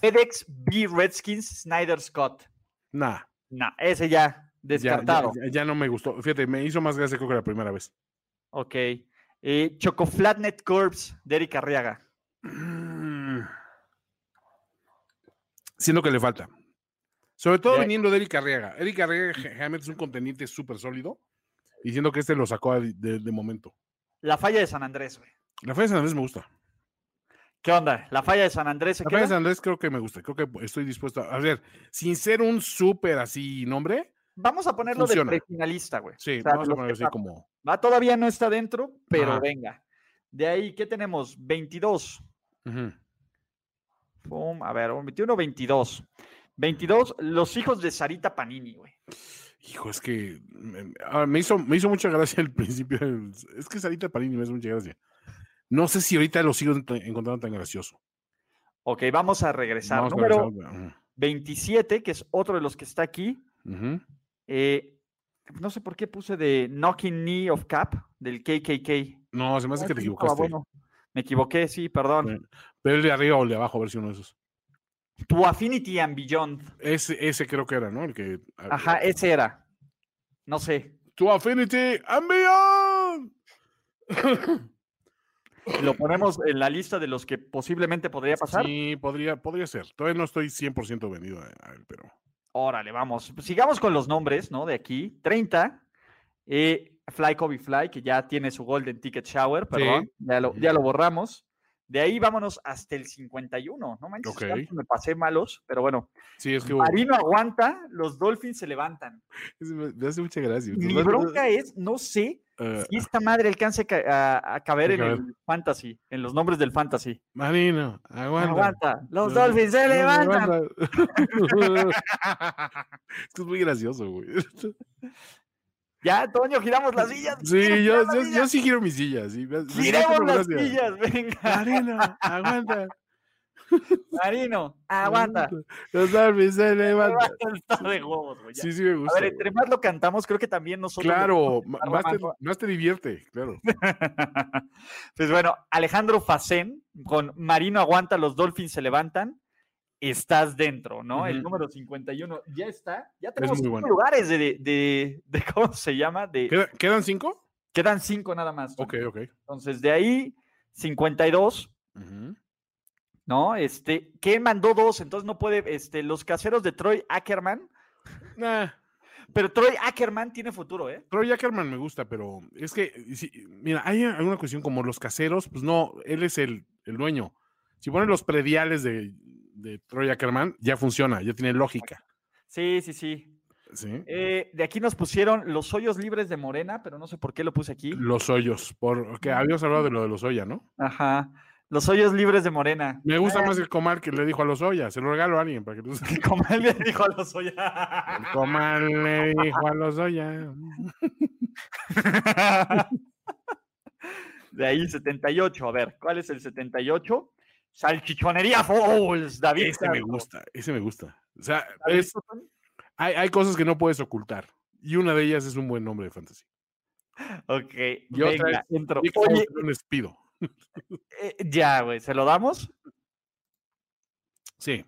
[SPEAKER 2] FedEx B Redskins Snyder Scott.
[SPEAKER 3] Nah.
[SPEAKER 2] No, ese ya,
[SPEAKER 3] Ya,
[SPEAKER 2] descartado.
[SPEAKER 3] ya- ya no me gustó. Fíjate, me hizo más gracia creo que la primera vez.
[SPEAKER 2] Ok. Eh, Chocoflatnet Curves de Eric Arriaga.
[SPEAKER 3] Mm. Siento que le falta. Sobre todo
[SPEAKER 2] Ya.
[SPEAKER 3] viniendo de Eric Arriaga. Eric Arriaga ge- generalmente es un conteniente súper sólido. Y siento que este lo sacó de, de- de momento.
[SPEAKER 2] La falla de San Andrés, güey.
[SPEAKER 3] La Falla de San Andrés me gusta.
[SPEAKER 2] ¿Qué onda? La falla de San Andrés se
[SPEAKER 3] La Falla de
[SPEAKER 2] queda?
[SPEAKER 3] San Andrés creo que me gusta. Creo que estoy dispuesto a. A ver, sin ser un súper así nombre.
[SPEAKER 2] Vamos a ponerlo
[SPEAKER 3] Funciona.
[SPEAKER 2] de prefinalista, güey.
[SPEAKER 3] Sí,
[SPEAKER 2] O sea,
[SPEAKER 3] vamos a
[SPEAKER 2] los
[SPEAKER 3] poner
[SPEAKER 2] que
[SPEAKER 3] así
[SPEAKER 2] va-
[SPEAKER 3] como.
[SPEAKER 2] va, todavía no está dentro, pero
[SPEAKER 3] Ajá.
[SPEAKER 2] venga. De ahí, ¿qué tenemos? 22.
[SPEAKER 3] Ujú.
[SPEAKER 2] Pum, a ver, un 21, 22. 22, los hijos de Sarita Panini, güey.
[SPEAKER 3] Hijo, es que me, ah, me hizo, me hizo mucha gracia al principio. el- Es que Sarita Parini me hace mucha gracia. No sé si ahorita lo sigo ent- encontrando tan gracioso.
[SPEAKER 2] Ok, vamos a regresar.
[SPEAKER 3] Vamos con
[SPEAKER 2] Número
[SPEAKER 3] Alexander,
[SPEAKER 2] 27, que es otro de los que está aquí.
[SPEAKER 3] ujú, ujú.
[SPEAKER 2] eh, no sé por qué puse de Knocking Knee of Cap del KKK.
[SPEAKER 3] No, se me hace
[SPEAKER 2] Ah,
[SPEAKER 3] que te
[SPEAKER 2] sí, estaba
[SPEAKER 3] equivocaste.
[SPEAKER 2] bueno. Me equivoqué, sí, perdón.
[SPEAKER 3] Pero el de arriba o el de abajo, a ver si uno de esos.
[SPEAKER 2] Tu Affinity and Beyond.
[SPEAKER 3] Ese, ese creo que era, ¿no? El que. a-
[SPEAKER 2] Ajá, ese era. No sé.
[SPEAKER 3] To Affinity and Beyond.
[SPEAKER 2] Lo ponemos en la lista de los que posiblemente podría pasar.
[SPEAKER 3] Sí, podría, podría ser. Todavía no estoy 100% vendido a a él, pero.
[SPEAKER 2] Órale, vamos. Sigamos con los nombres, ¿no? De aquí. 30. eh, Fly Kobe Fly, que ya tiene su Golden Ticket Shower, perdón. Ya, lo, ya lo borramos. De ahí vámonos hasta el 51. No manches,
[SPEAKER 3] Ok.
[SPEAKER 2] tanto me pasé malos, pero bueno.
[SPEAKER 3] Sí, es que hubo-
[SPEAKER 2] Marino aguanta, los Dolphins se levantan.
[SPEAKER 3] es- me hace mucha gracia.
[SPEAKER 2] Mi
[SPEAKER 3] Entonces,
[SPEAKER 2] bronca es, no sé
[SPEAKER 3] eh,
[SPEAKER 2] si esta madre alcance a, ca- a- a caber en
[SPEAKER 3] Caber.
[SPEAKER 2] el fantasy, en los nombres del fantasy.
[SPEAKER 3] Marino, aguanta.
[SPEAKER 2] Aguanta, los
[SPEAKER 3] No,
[SPEAKER 2] Dolphins se
[SPEAKER 3] no,
[SPEAKER 2] levantan.
[SPEAKER 3] levanta. es que es muy gracioso, güey.
[SPEAKER 2] Ya, Toño, giramos las sillas.
[SPEAKER 3] Sí, yo,
[SPEAKER 2] girar las
[SPEAKER 3] yo, yo
[SPEAKER 2] sillas.
[SPEAKER 3] sí quiero mis sillas. Sí. Me- me
[SPEAKER 2] Giremos
[SPEAKER 3] hace
[SPEAKER 2] las
[SPEAKER 3] gracia.
[SPEAKER 2] sillas, venga.
[SPEAKER 3] Marino, aguanta.
[SPEAKER 2] Marino, aguanta.
[SPEAKER 3] Los Dolphins se levantan.
[SPEAKER 2] Aguanta, está de huevos, güey. ya.
[SPEAKER 3] Sí, sí me
[SPEAKER 2] A
[SPEAKER 3] gusta.
[SPEAKER 2] ver, entre más lo cantamos, creo que también nosotros.
[SPEAKER 3] Claro, ma-
[SPEAKER 2] Arma
[SPEAKER 3] más te,
[SPEAKER 2] mano.
[SPEAKER 3] más te divierte, claro.
[SPEAKER 2] pues bueno, Alejandro Facén con Marino aguanta, los Dolphins se levantan. Estás dentro, ¿no? El
[SPEAKER 3] Ujú.
[SPEAKER 2] número 51 ya está. Ya tenemos
[SPEAKER 3] muy
[SPEAKER 2] cinco
[SPEAKER 3] bueno.
[SPEAKER 2] lugares de, de, de- de- ¿cómo se llama? De,
[SPEAKER 3] ¿Queda- ¿Quedan cinco?
[SPEAKER 2] Quedan cinco nada más. Toño.
[SPEAKER 3] Ok, ok.
[SPEAKER 2] Entonces, de ahí, 52,
[SPEAKER 3] Ujú.
[SPEAKER 2] ¿no? Este, ¿quién mandó dos? Entonces no puede, este, los caseros de Troy Ackerman.
[SPEAKER 3] Nah,
[SPEAKER 2] Pero Troy Ackerman tiene futuro, ¿eh?
[SPEAKER 3] Troy Ackerman me gusta, pero es que, si- mira, hay alguna cuestión como los caseros, pues no, él es el, el dueño. Si ponen los prediales de, de Troy Ackerman, ya funciona, ya tiene lógica.
[SPEAKER 2] Sí, sí, sí.
[SPEAKER 3] ¿sí?
[SPEAKER 2] Eh, de aquí nos pusieron los hoyos libres de Morena, pero no sé por qué lo puse aquí.
[SPEAKER 3] Los hoyos, porque habíamos hablado de lo de los Oya, ¿no?
[SPEAKER 2] Ajá. Los hoyos libres de Morena.
[SPEAKER 3] Me gusta más el comal que le dijo a los Oya, se lo regalo a alguien para que los... El
[SPEAKER 2] Como él le dijo a los hoyos.
[SPEAKER 3] comal le dijo a los Oya.
[SPEAKER 2] De ahí 78. A ver, ¿cuál es el 78? Salchichonería Falls, David.
[SPEAKER 3] Ese me
[SPEAKER 2] Cardo.
[SPEAKER 3] gusta, ese me gusta. O sea,
[SPEAKER 2] ¿David
[SPEAKER 3] es-
[SPEAKER 2] Sutton?
[SPEAKER 3] hay, hay cosas que no puedes ocultar. Y una de ellas es un buen nombre de fantasy.
[SPEAKER 2] Ok,
[SPEAKER 3] Y otra
[SPEAKER 2] venga, entro.
[SPEAKER 3] Dick
[SPEAKER 2] Oye,
[SPEAKER 3] Fawkner es pido.
[SPEAKER 2] eh, ya, güey, ¿se lo damos?
[SPEAKER 3] Sí.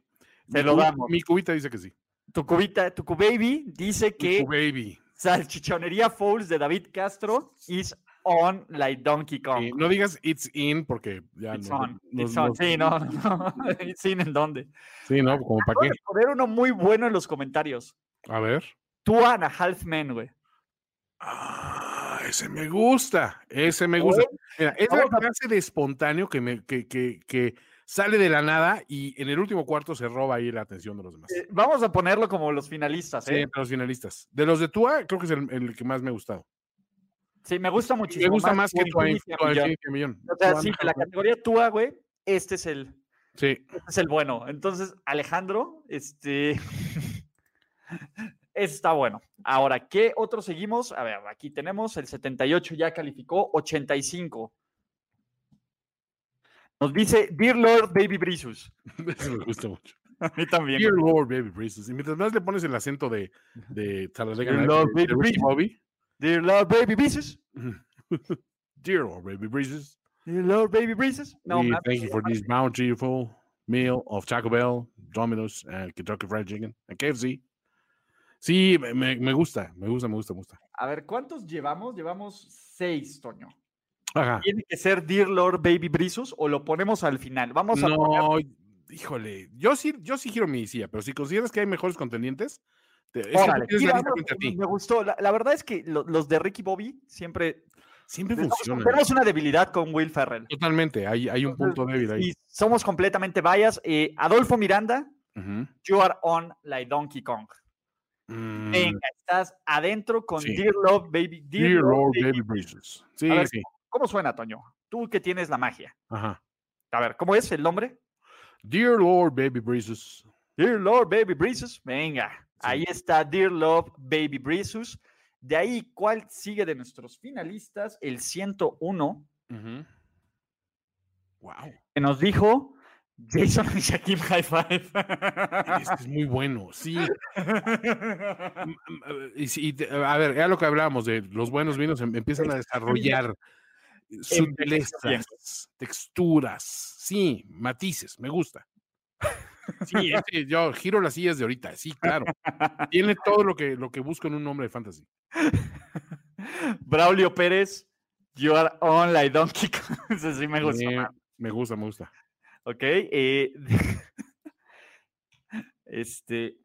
[SPEAKER 2] Se
[SPEAKER 3] Mi
[SPEAKER 2] lo
[SPEAKER 3] cubi-
[SPEAKER 2] damos.
[SPEAKER 3] Mi cubita dice que sí.
[SPEAKER 2] Tu cubita, tu cubaby dice
[SPEAKER 3] Mi
[SPEAKER 2] que
[SPEAKER 3] cubaby.
[SPEAKER 2] Salchichonería Falls de David Castro is on like Donkey Kong.
[SPEAKER 3] Sí, no digas it's in porque ya
[SPEAKER 2] It's
[SPEAKER 3] no.
[SPEAKER 2] on,
[SPEAKER 3] no-
[SPEAKER 2] it's
[SPEAKER 3] no-
[SPEAKER 2] on. Sí, no, no, no. It's in, ¿en dónde?
[SPEAKER 3] Sí, no, como para
[SPEAKER 2] Puede poner uno muy bueno en los comentarios.
[SPEAKER 3] qué. A ver.
[SPEAKER 2] Tú, Ana Halfman, güey.
[SPEAKER 3] Ah, ese me gusta. Ese me
[SPEAKER 2] A
[SPEAKER 3] gusta.
[SPEAKER 2] ver,
[SPEAKER 3] Mira, es la
[SPEAKER 2] vamos a-
[SPEAKER 3] clase de espontáneo que, me, que, que, que sale de la nada y en el último cuarto se roba ahí la atención de los demás.
[SPEAKER 2] eh, Vamos a ponerlo como los finalistas,
[SPEAKER 3] Sí,
[SPEAKER 2] ¿eh?
[SPEAKER 3] entre los finalistas. De los de Tua, creo que es el, el que más me ha gustado.
[SPEAKER 2] Sí, me gusta muchísimo.
[SPEAKER 3] Me gusta más que Tua.
[SPEAKER 2] Infinity
[SPEAKER 3] Tua
[SPEAKER 2] Millón.
[SPEAKER 3] Infinity Millón.
[SPEAKER 2] O sea,
[SPEAKER 3] Tua
[SPEAKER 2] sí,
[SPEAKER 3] no,
[SPEAKER 2] de la
[SPEAKER 3] güey.
[SPEAKER 2] categoría Tua, güey, este es el,
[SPEAKER 3] Sí,
[SPEAKER 2] este es el bueno. Entonces, Alejandro, este... Ese está bueno. Ahora, ¿qué otro seguimos? A ver, aquí tenemos el 78 ya calificó, 85. Nos dice Dear Lord Baby Brisus.
[SPEAKER 3] ese me gusta mucho.
[SPEAKER 2] A mí también.
[SPEAKER 3] Dear Lord, baby Breezes. Y mientras más le pones el acento de, de Talladega Nights
[SPEAKER 2] Dear Lord,
[SPEAKER 3] de-
[SPEAKER 2] baby
[SPEAKER 3] de Ricky
[SPEAKER 2] Breezes.
[SPEAKER 3] Bobby.
[SPEAKER 2] Dear Lord Baby Brisus.
[SPEAKER 3] Dear Lord, baby Breezes.
[SPEAKER 2] Dear Lord Baby Brisus. No,
[SPEAKER 3] we
[SPEAKER 2] mames,
[SPEAKER 3] thank you for this bountiful meal of Taco Bell, Domino's, and Kentucky Fried Chicken, and KFC. Sí, me, me- me gusta, me gusta, me gusta, me gusta.
[SPEAKER 2] A ver, ¿cuántos llevamos? Llevamos seis, Toño.
[SPEAKER 3] Ajá.
[SPEAKER 2] ¿Tiene que ser Dear Lord Baby Brisus o lo ponemos al final? Vamos a poner-
[SPEAKER 3] No, híjole, yo sí, yo sí quiero mi silla, pero si consideras que hay mejores contendientes, te- es que tú
[SPEAKER 2] Órale,
[SPEAKER 3] tienes
[SPEAKER 2] mira,
[SPEAKER 3] la lista
[SPEAKER 2] no,
[SPEAKER 3] frente a
[SPEAKER 2] me-
[SPEAKER 3] ti.
[SPEAKER 2] Me gustó. La, la verdad es que lo- los de Ricky Bobby siempre
[SPEAKER 3] Siempre
[SPEAKER 2] tenemos-
[SPEAKER 3] funciona.
[SPEAKER 2] tenemos una debilidad con Will Ferrell.
[SPEAKER 3] Totalmente, hay, hay un
[SPEAKER 2] Entonces,
[SPEAKER 3] punto débil ahí.
[SPEAKER 2] Y somos completamente bias. Eh, Adolfo Miranda,
[SPEAKER 3] Ujú.
[SPEAKER 2] you are on like Donkey Kong.
[SPEAKER 3] Mm.
[SPEAKER 2] Venga, estás adentro con
[SPEAKER 3] Sí.
[SPEAKER 2] Dear Love Baby. Dear,
[SPEAKER 3] Dear
[SPEAKER 2] Lord
[SPEAKER 3] Lord
[SPEAKER 2] Baby.
[SPEAKER 3] Baby Breezes. Sí,
[SPEAKER 2] ver,
[SPEAKER 3] sí.
[SPEAKER 2] ¿Cómo suena, Toño? Tú que tienes la magia.
[SPEAKER 3] Ajá.
[SPEAKER 2] A ver, ¿cómo es el nombre?
[SPEAKER 3] Dear Lord Baby Breezes.
[SPEAKER 2] Dear Lord Baby Breezes, venga, ahí está Dear Love Baby Breezes. De ahí, ¿cuál sigue de nuestros finalistas? El 101,
[SPEAKER 3] Wow.
[SPEAKER 2] que nos dijo Jason y Shaquem High Five.
[SPEAKER 3] Este es muy bueno. Sí. Mm, mm, eh, Y, sí, te- a ver, era lo que hablábamos de los buenos vinos em- empiezan a desarrollar eh,
[SPEAKER 2] bien.
[SPEAKER 3] sutilezas, texturas, sí, matices, me gusta. Sí, este, yo giro las sillas de ahorita, sí, claro. Tiene todo lo que, lo que busco en un nombre de fantasy.
[SPEAKER 2] Braulio Pérez, You are on like Donkey Kong. Ese sí me gusta.
[SPEAKER 3] Eh, me gusta, me gusta.
[SPEAKER 2] Ok. eh, este.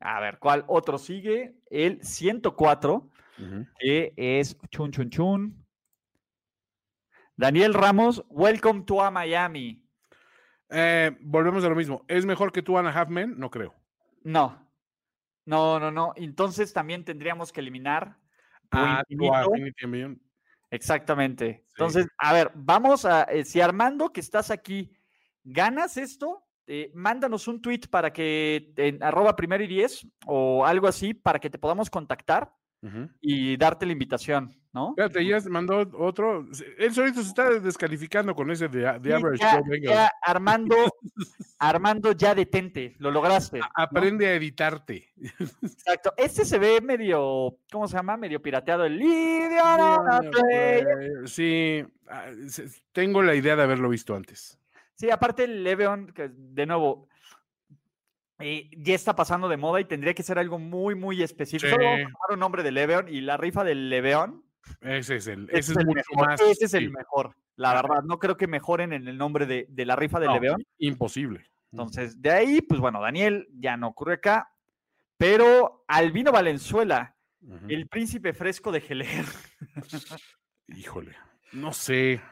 [SPEAKER 2] A ver, ¿cuál otro sigue? El 104.
[SPEAKER 3] Ujú.
[SPEAKER 2] que es Chun Chun Chun. Daniel Ramos, welcome to a Miami.
[SPEAKER 3] Eh, volvemos a lo mismo. ¿Es mejor que tú, Ana Halfman? No creo.
[SPEAKER 2] No. No, no, no. Entonces también tendríamos que eliminar Tu
[SPEAKER 3] Ah,
[SPEAKER 2] Infinito.
[SPEAKER 3] tú, Infinity and Beyond.
[SPEAKER 2] Exactamente. Entonces, a ver, vamos a. eh, si Armando, que estás aquí, ganas esto, eh, mándanos un tweet para que. En arroba primero y diez o algo así, para que te podamos contactar
[SPEAKER 3] Ujú.
[SPEAKER 2] y darte la invitación, ¿no?
[SPEAKER 3] Espérate, ya se mandó otro. Él solito se está descalificando con ese de, de
[SPEAKER 2] Sí,
[SPEAKER 3] Average
[SPEAKER 2] ya-
[SPEAKER 3] Joe Bengals.
[SPEAKER 2] ya, Armando, Armando, ya detente, lo
[SPEAKER 3] Ah.
[SPEAKER 2] lograste.
[SPEAKER 3] Aprende a editarte.
[SPEAKER 2] Exacto. Este se ve medio, ¿cómo se llama? Medio pirateado. El Lidia
[SPEAKER 3] Sí, ah, se- tengo la idea de haberlo visto antes.
[SPEAKER 2] Sí, aparte el Leveon, que de nuevo, eh, ya está pasando de moda y tendría que ser algo muy, muy específico. Solo vamos a
[SPEAKER 3] Sí.
[SPEAKER 2] tomar un nombre de Leveon y la rifa del Leveon.
[SPEAKER 3] Ese es el, ese
[SPEAKER 2] ese
[SPEAKER 3] es mucho
[SPEAKER 2] mejor,
[SPEAKER 3] más
[SPEAKER 2] ese es el
[SPEAKER 3] sí,
[SPEAKER 2] mejor, la
[SPEAKER 3] Ajá.
[SPEAKER 2] verdad. No creo que mejoren en el nombre de, de la rifa del
[SPEAKER 3] No.
[SPEAKER 2] Leveon.
[SPEAKER 3] imposible.
[SPEAKER 2] Entonces, de ahí, pues bueno, Daniel ya no ocurre acá. Pero Albino Valenzuela,
[SPEAKER 3] Ujú.
[SPEAKER 2] el príncipe fresco de Geler.
[SPEAKER 3] Híjole, no sé.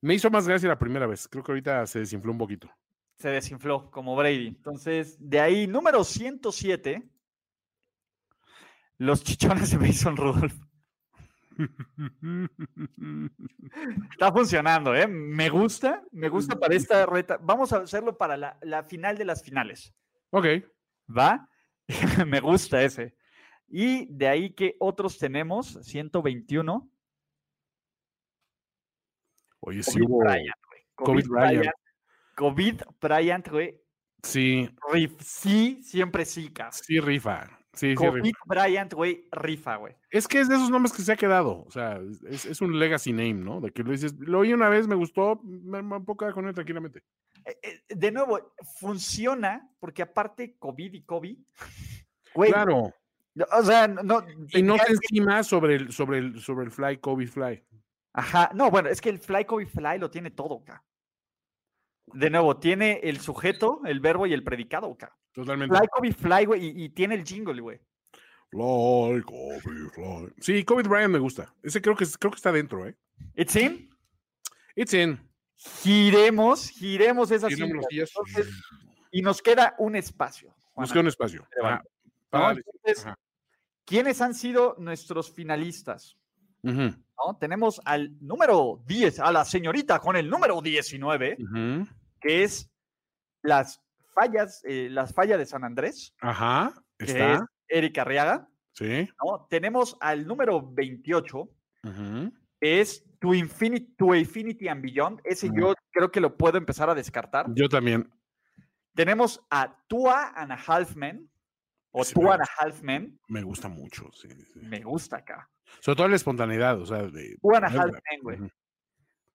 [SPEAKER 3] Me hizo más gracia la primera vez. Creo que ahorita se desinfló un poquito.
[SPEAKER 2] se desinfló como Brady. Entonces, de ahí, número 107, los chichones de Mason Rudolph. Está funcionando, ¿eh? Me gusta, me gusta para esta reta. Vamos a hacerlo para la, la final de las finales,
[SPEAKER 3] ok,
[SPEAKER 2] ¿va? me gusta ese. Y de ahí que otros tenemos, 121.
[SPEAKER 3] oye, sí
[SPEAKER 2] COVID
[SPEAKER 3] hubo.
[SPEAKER 2] Bryant, güey.
[SPEAKER 3] Kobe
[SPEAKER 2] COVID
[SPEAKER 3] Bryant.
[SPEAKER 2] Bryant. COVID Bryant, güey.
[SPEAKER 3] Sí,
[SPEAKER 2] Rif- Sí, siempre sí, cas.
[SPEAKER 3] sí, rifa. Sí, sí, rifa.
[SPEAKER 2] COVID Bryant, güey, rifa, güey.
[SPEAKER 3] Es que es de esos nombres que se ha quedado. O sea, es, es un legacy name, ¿no? De que lo dices, lo oí una vez, me gustó, me, me puedo quedar con él tranquilamente.
[SPEAKER 2] eh, eh, de nuevo, funciona porque aparte COVID y COVID, güey,
[SPEAKER 3] Claro.
[SPEAKER 2] no, o sea, no, no,
[SPEAKER 3] Y
[SPEAKER 2] te
[SPEAKER 3] no
[SPEAKER 2] quedas-
[SPEAKER 3] te encima sobre el, sobre el, sobre el fly, Kobe Fly.
[SPEAKER 2] ajá, no, bueno, es que el fly, COVID, fly lo tiene todo, acá. De nuevo, tiene el sujeto, el verbo y el predicado, acá.
[SPEAKER 3] Totalmente.
[SPEAKER 2] Fly, COVID, fly, güey, y, y tiene el jingle, güey.
[SPEAKER 3] Fly, Kobe Fly. Sí, Kobe Bryant me gusta. Ese creo que, es- creo que está dentro, ¿eh?
[SPEAKER 2] It's in,
[SPEAKER 3] It's in.
[SPEAKER 2] giremos, giremos esa
[SPEAKER 3] Giremos los
[SPEAKER 2] cinta,
[SPEAKER 3] días.
[SPEAKER 2] entonces, y nos queda un espacio. Juana,
[SPEAKER 3] Busqué un espacio.
[SPEAKER 2] Pero
[SPEAKER 3] Ajá.
[SPEAKER 2] ¿no?
[SPEAKER 3] Parálisis.
[SPEAKER 2] Entonces,
[SPEAKER 3] ajá.
[SPEAKER 2] ¿quiénes han sido nuestros finalistas?
[SPEAKER 3] Ujú,
[SPEAKER 2] ¿no? Tenemos al número 10, a la señorita con el número 19,
[SPEAKER 3] ujú.
[SPEAKER 2] que es las fallas, eh, las fallas de San Andrés,
[SPEAKER 3] Ajá.
[SPEAKER 2] que es
[SPEAKER 3] Está.
[SPEAKER 2] Eric Arriaga,
[SPEAKER 3] Sí.
[SPEAKER 2] ¿no? Tenemos al número 28,
[SPEAKER 3] ujú.
[SPEAKER 2] que es To Infinity, to Infinity and Beyond. Ese
[SPEAKER 3] Ujú.
[SPEAKER 2] yo creo que lo puedo empezar a descartar.
[SPEAKER 3] Yo también.
[SPEAKER 2] Tenemos a Tua and a Halfman, o
[SPEAKER 3] Ese me
[SPEAKER 2] Tua and a Halfman,
[SPEAKER 3] Me gusta mucho. sí, sí.
[SPEAKER 2] me gusta acá.
[SPEAKER 3] Sobre todo la espontaneidad, o sea, de.
[SPEAKER 2] Tua and a
[SPEAKER 3] Ahí va.
[SPEAKER 2] Halfman, güey.
[SPEAKER 3] Ujú.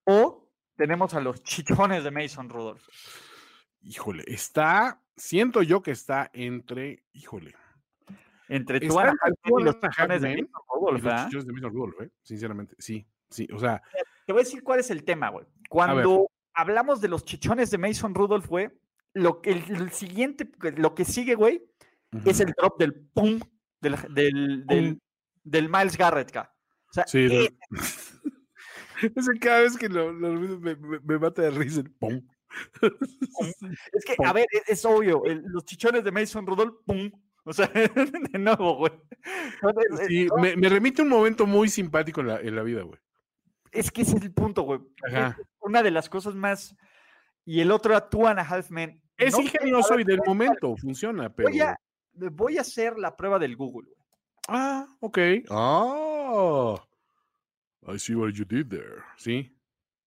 [SPEAKER 2] O tenemos a los chichones de Mason Rudolph.
[SPEAKER 3] Híjole, está. Siento yo que está entre. Híjole.
[SPEAKER 2] Entre
[SPEAKER 3] Está
[SPEAKER 2] Tua and a
[SPEAKER 3] entre
[SPEAKER 2] Halfman y
[SPEAKER 3] Tua
[SPEAKER 2] los
[SPEAKER 3] and a
[SPEAKER 2] chichones de
[SPEAKER 3] Halfman
[SPEAKER 2] Mason Rudolph,
[SPEAKER 3] y los
[SPEAKER 2] ¿verdad?
[SPEAKER 3] chichones de Mason Rudolph, ¿eh? Sinceramente, sí. Sí, o sea,
[SPEAKER 2] Te voy a decir cuál es el tema, güey. Cuando hablamos de los chichones de Mason Rudolph, güey, lo que el, el siguiente, lo que sigue, güey, es
[SPEAKER 3] ujú,
[SPEAKER 2] el drop del pum del, del, del, del Miles Garrett, ca. O sea,
[SPEAKER 3] Sí, lo-
[SPEAKER 2] eh,
[SPEAKER 3] ese cada vez que lo, lo reviso me, me- me mata de risa el pum.
[SPEAKER 2] es que, a
[SPEAKER 3] pum.
[SPEAKER 2] ver, es, es obvio, el- los chichones de Mason Rudolph, pum. O sea, de nuevo, güey. Entonces, eh,
[SPEAKER 3] Sí,
[SPEAKER 2] no,
[SPEAKER 3] me, me remite a un momento muy simpático en la, en la vida, güey.
[SPEAKER 2] Es que ese es el punto, güey. Es
[SPEAKER 3] Ajá.
[SPEAKER 2] Una de las cosas más. Y el otro era Two and a Half Men.
[SPEAKER 3] Es
[SPEAKER 2] No sé, a
[SPEAKER 3] ingenioso
[SPEAKER 2] ver,
[SPEAKER 3] y del momento funciona, pero.
[SPEAKER 2] voy a- voy a hacer la prueba del Google, güey.
[SPEAKER 3] Ah, ok. Ah. I see what you did there. Sí.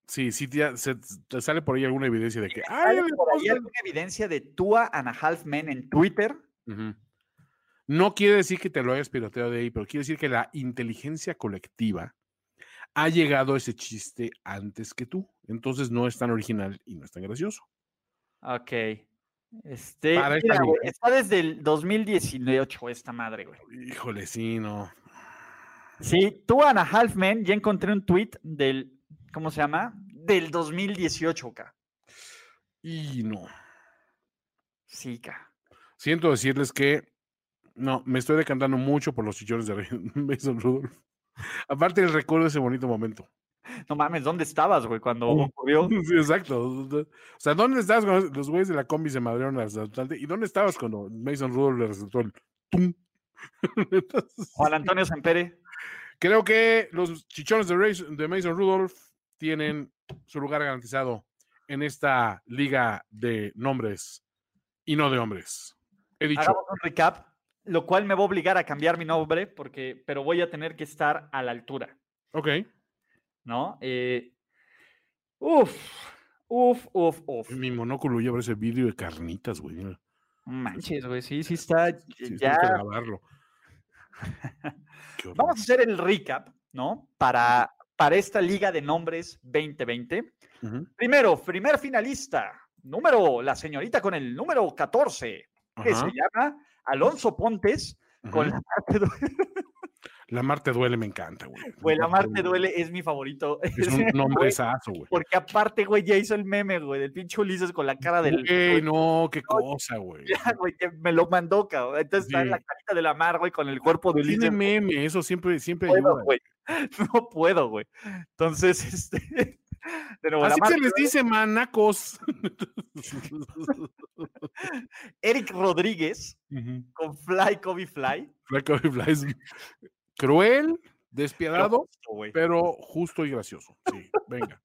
[SPEAKER 3] Sí, sí, tía, se- te sale por ahí alguna evidencia de que. "Ay,
[SPEAKER 2] ¿Hay
[SPEAKER 3] el
[SPEAKER 2] por ahí
[SPEAKER 3] esposo-".
[SPEAKER 2] alguna evidencia de Tua and a Half Men en Twitter?
[SPEAKER 3] Ujú. No quiere decir que te lo hayas pirateado de ahí, pero quiere decir que la inteligencia colectiva ha llegado a ese chiste antes que tú. Entonces no es tan original y no es tan gracioso.
[SPEAKER 2] Ok. Este,
[SPEAKER 3] Para esta
[SPEAKER 2] mira, güey,
[SPEAKER 3] liga.
[SPEAKER 2] está desde el 2018 esta madre, güey.
[SPEAKER 3] Híjole, sí, no.
[SPEAKER 2] Sí, Tua and a Half Men, ya encontré un tweet del, ¿cómo se llama? Del 2018, ca.
[SPEAKER 3] Y no.
[SPEAKER 2] Sí, ca.
[SPEAKER 3] Siento decirles que no, me estoy decantando mucho por los chichones de Mason Rudolph. Aparte, recuerdo ese bonito momento.
[SPEAKER 2] No mames, ¿dónde estabas, güey, cuando
[SPEAKER 3] Oh.
[SPEAKER 2] ocurrió?
[SPEAKER 3] Sí, exacto. O sea, ¿dónde estabas cuando los güeyes de la combi se madrearon al asaltante? ¿Y dónde estabas cuando Mason Rudolph le resultó el tum? Entonces,
[SPEAKER 2] Juan Antonio Sempere.
[SPEAKER 3] creo que los chichones de, Ray- de Mason Rudolph tienen su lugar garantizado en esta liga de nombres y no de hombres. He dicho,
[SPEAKER 2] Hagamos un recap, lo cual me va a obligar a cambiar mi nombre, porque, pero voy a tener que estar a la altura,
[SPEAKER 3] ok,
[SPEAKER 2] ¿no? Eh, uf, uf, uf, uf.
[SPEAKER 3] mi monóculo lleva ese vidrio de carnitas, güey. mira.
[SPEAKER 2] Manches, güey, sí, sí está
[SPEAKER 3] Sí, tengo
[SPEAKER 2] ya.
[SPEAKER 3] que grabarlo. Qué horror.
[SPEAKER 2] Vamos a hacer el recap, ¿no? Para, para esta liga de nombres 2020.
[SPEAKER 3] Ujú,
[SPEAKER 2] Primero, primer finalista, número, la señorita con el número 14,
[SPEAKER 3] ajá,
[SPEAKER 2] que se llama Alonso Pontes, con
[SPEAKER 3] ujú.
[SPEAKER 2] la Marte Duele.
[SPEAKER 3] La Mar te duele, me encanta, güey.
[SPEAKER 2] Güey, la Marte
[SPEAKER 3] Marte
[SPEAKER 2] Duele es mi favorito.
[SPEAKER 3] Es un nombre sazo, güey.
[SPEAKER 2] Porque aparte, güey, ya hizo el meme, güey, del pinche Ulises con la cara del...
[SPEAKER 3] Güey, no, qué
[SPEAKER 2] No,
[SPEAKER 3] cosa, güey.
[SPEAKER 2] Ya, güey, que me lo mandó, cabrón. Entonces está
[SPEAKER 3] Sí.
[SPEAKER 2] la carita de la mar, güey, con el cuerpo de Ulises.
[SPEAKER 3] Tiene meme, eso siempre, siempre
[SPEAKER 2] No puedo,
[SPEAKER 3] ayuda.
[SPEAKER 2] güey. No puedo, güey. Entonces, este... De nuevo, la
[SPEAKER 3] Así
[SPEAKER 2] Marte
[SPEAKER 3] se les dice, manacos.
[SPEAKER 2] Eric Rodríguez
[SPEAKER 3] Ujú.
[SPEAKER 2] con Fly Kobe Fly.
[SPEAKER 3] Black Coffee Flies. Cruel,
[SPEAKER 2] Pero
[SPEAKER 3] despiadado,
[SPEAKER 2] justo, güey.
[SPEAKER 3] pero justo y gracioso. Sí, venga.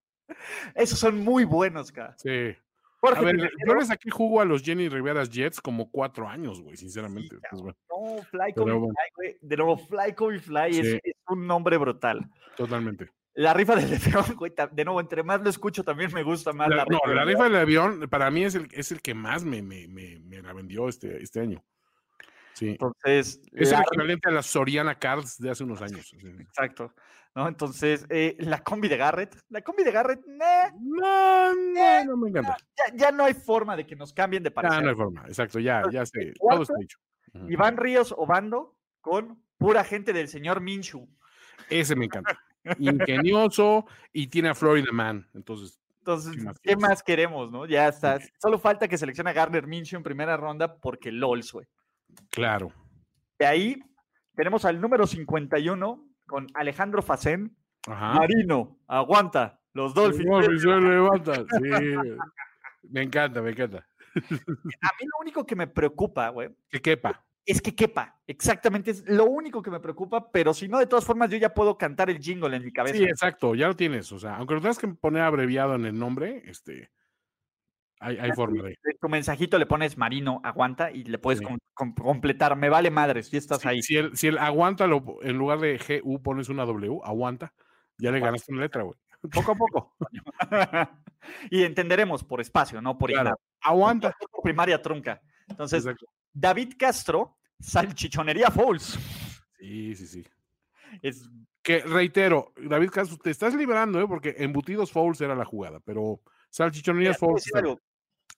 [SPEAKER 2] Esos son muy buenos, cara.
[SPEAKER 3] Sí.
[SPEAKER 2] Jorge
[SPEAKER 3] A ver,
[SPEAKER 2] Tinajero,
[SPEAKER 3] yo les saqué jugo a los Jenny Rivera Jets como cuatro años, güey, sinceramente.
[SPEAKER 2] Sí,
[SPEAKER 3] Pues, bueno,
[SPEAKER 2] no,
[SPEAKER 3] pero
[SPEAKER 2] Fly Kobe
[SPEAKER 3] bueno.
[SPEAKER 2] Fly, güey. De nuevo, Fly Kobe Fly es,
[SPEAKER 3] Sí.
[SPEAKER 2] es un nombre brutal.
[SPEAKER 3] totalmente.
[SPEAKER 2] La rifa del león, güey, ta- de nuevo, entre más lo escucho también me gusta más.
[SPEAKER 3] La- no,
[SPEAKER 2] del
[SPEAKER 3] la
[SPEAKER 2] León.
[SPEAKER 3] rifa del avión para mí es el, es el que más me, me, me, me la vendió este, este año. Sí.
[SPEAKER 2] Entonces,
[SPEAKER 3] Es
[SPEAKER 2] la- Ah,
[SPEAKER 3] el equivalente a la Soriana Cards de hace unos años. así.
[SPEAKER 2] exacto. ¿no? Entonces, eh, la combi de Garrett. La combi de Garrett, nah,
[SPEAKER 3] No, no, no me encanta.
[SPEAKER 2] ya, ya no hay forma de que nos cambien de
[SPEAKER 3] Ya
[SPEAKER 2] parecer.
[SPEAKER 3] Ah, no hay forma, exacto, ya, ya sé, todo
[SPEAKER 2] cuarto,
[SPEAKER 3] está dicho. Ujú.
[SPEAKER 2] Iván Ríos Obando con pura gente del señor Minchu.
[SPEAKER 3] Ese me encanta. Ingenioso y tiene a Florida Man. Entonces,
[SPEAKER 2] Entonces,
[SPEAKER 3] ¿Qué más
[SPEAKER 2] ¿qué
[SPEAKER 3] quieres?
[SPEAKER 2] más queremos, no? Ya está. Solo falta que seleccione a Garner Minchu en primera ronda porque LOL, güey.
[SPEAKER 3] claro.
[SPEAKER 2] De ahí tenemos al número 51 con Alejandro Facén.
[SPEAKER 3] Ajá.
[SPEAKER 2] Marino, aguanta. Los Dolphins.
[SPEAKER 3] No, si se levanta, sí. Me encanta, me encanta.
[SPEAKER 2] A mí lo único que me preocupa, güey,
[SPEAKER 3] Que quepa.
[SPEAKER 2] es que quepa. Exactamente, es lo único que me preocupa, pero si no, de todas formas, yo ya puedo cantar el jingle en mi cabeza.
[SPEAKER 3] Sí, exacto, ya lo tienes. O sea, aunque lo tengas que poner abreviado en el nombre, este, hay, hay forma de.
[SPEAKER 2] En Tu mensajito le pones Marino, aguanta y le puedes
[SPEAKER 3] Sí.
[SPEAKER 2] com- com- completar. Me vale madres, si estás ahí.
[SPEAKER 3] Si el, si el aguanta, lo- en lugar de GU pones una W, aguanta, ya le ganaste una letra, güey. Poco a poco.
[SPEAKER 2] y entenderemos por espacio, no por
[SPEAKER 3] Claro,
[SPEAKER 2] ignar-
[SPEAKER 3] aguanta.
[SPEAKER 2] por primaria trunca. Entonces,
[SPEAKER 3] Exacto.
[SPEAKER 2] David Castro, salchichonería Fouls.
[SPEAKER 3] Sí, sí, sí.
[SPEAKER 2] Es
[SPEAKER 3] Que reitero, David Castro, te estás librando, ¿eh? porque embutidos fouls era la jugada, pero salchichonerías
[SPEAKER 2] Mira, te voy a
[SPEAKER 3] fouls.
[SPEAKER 2] decir algo,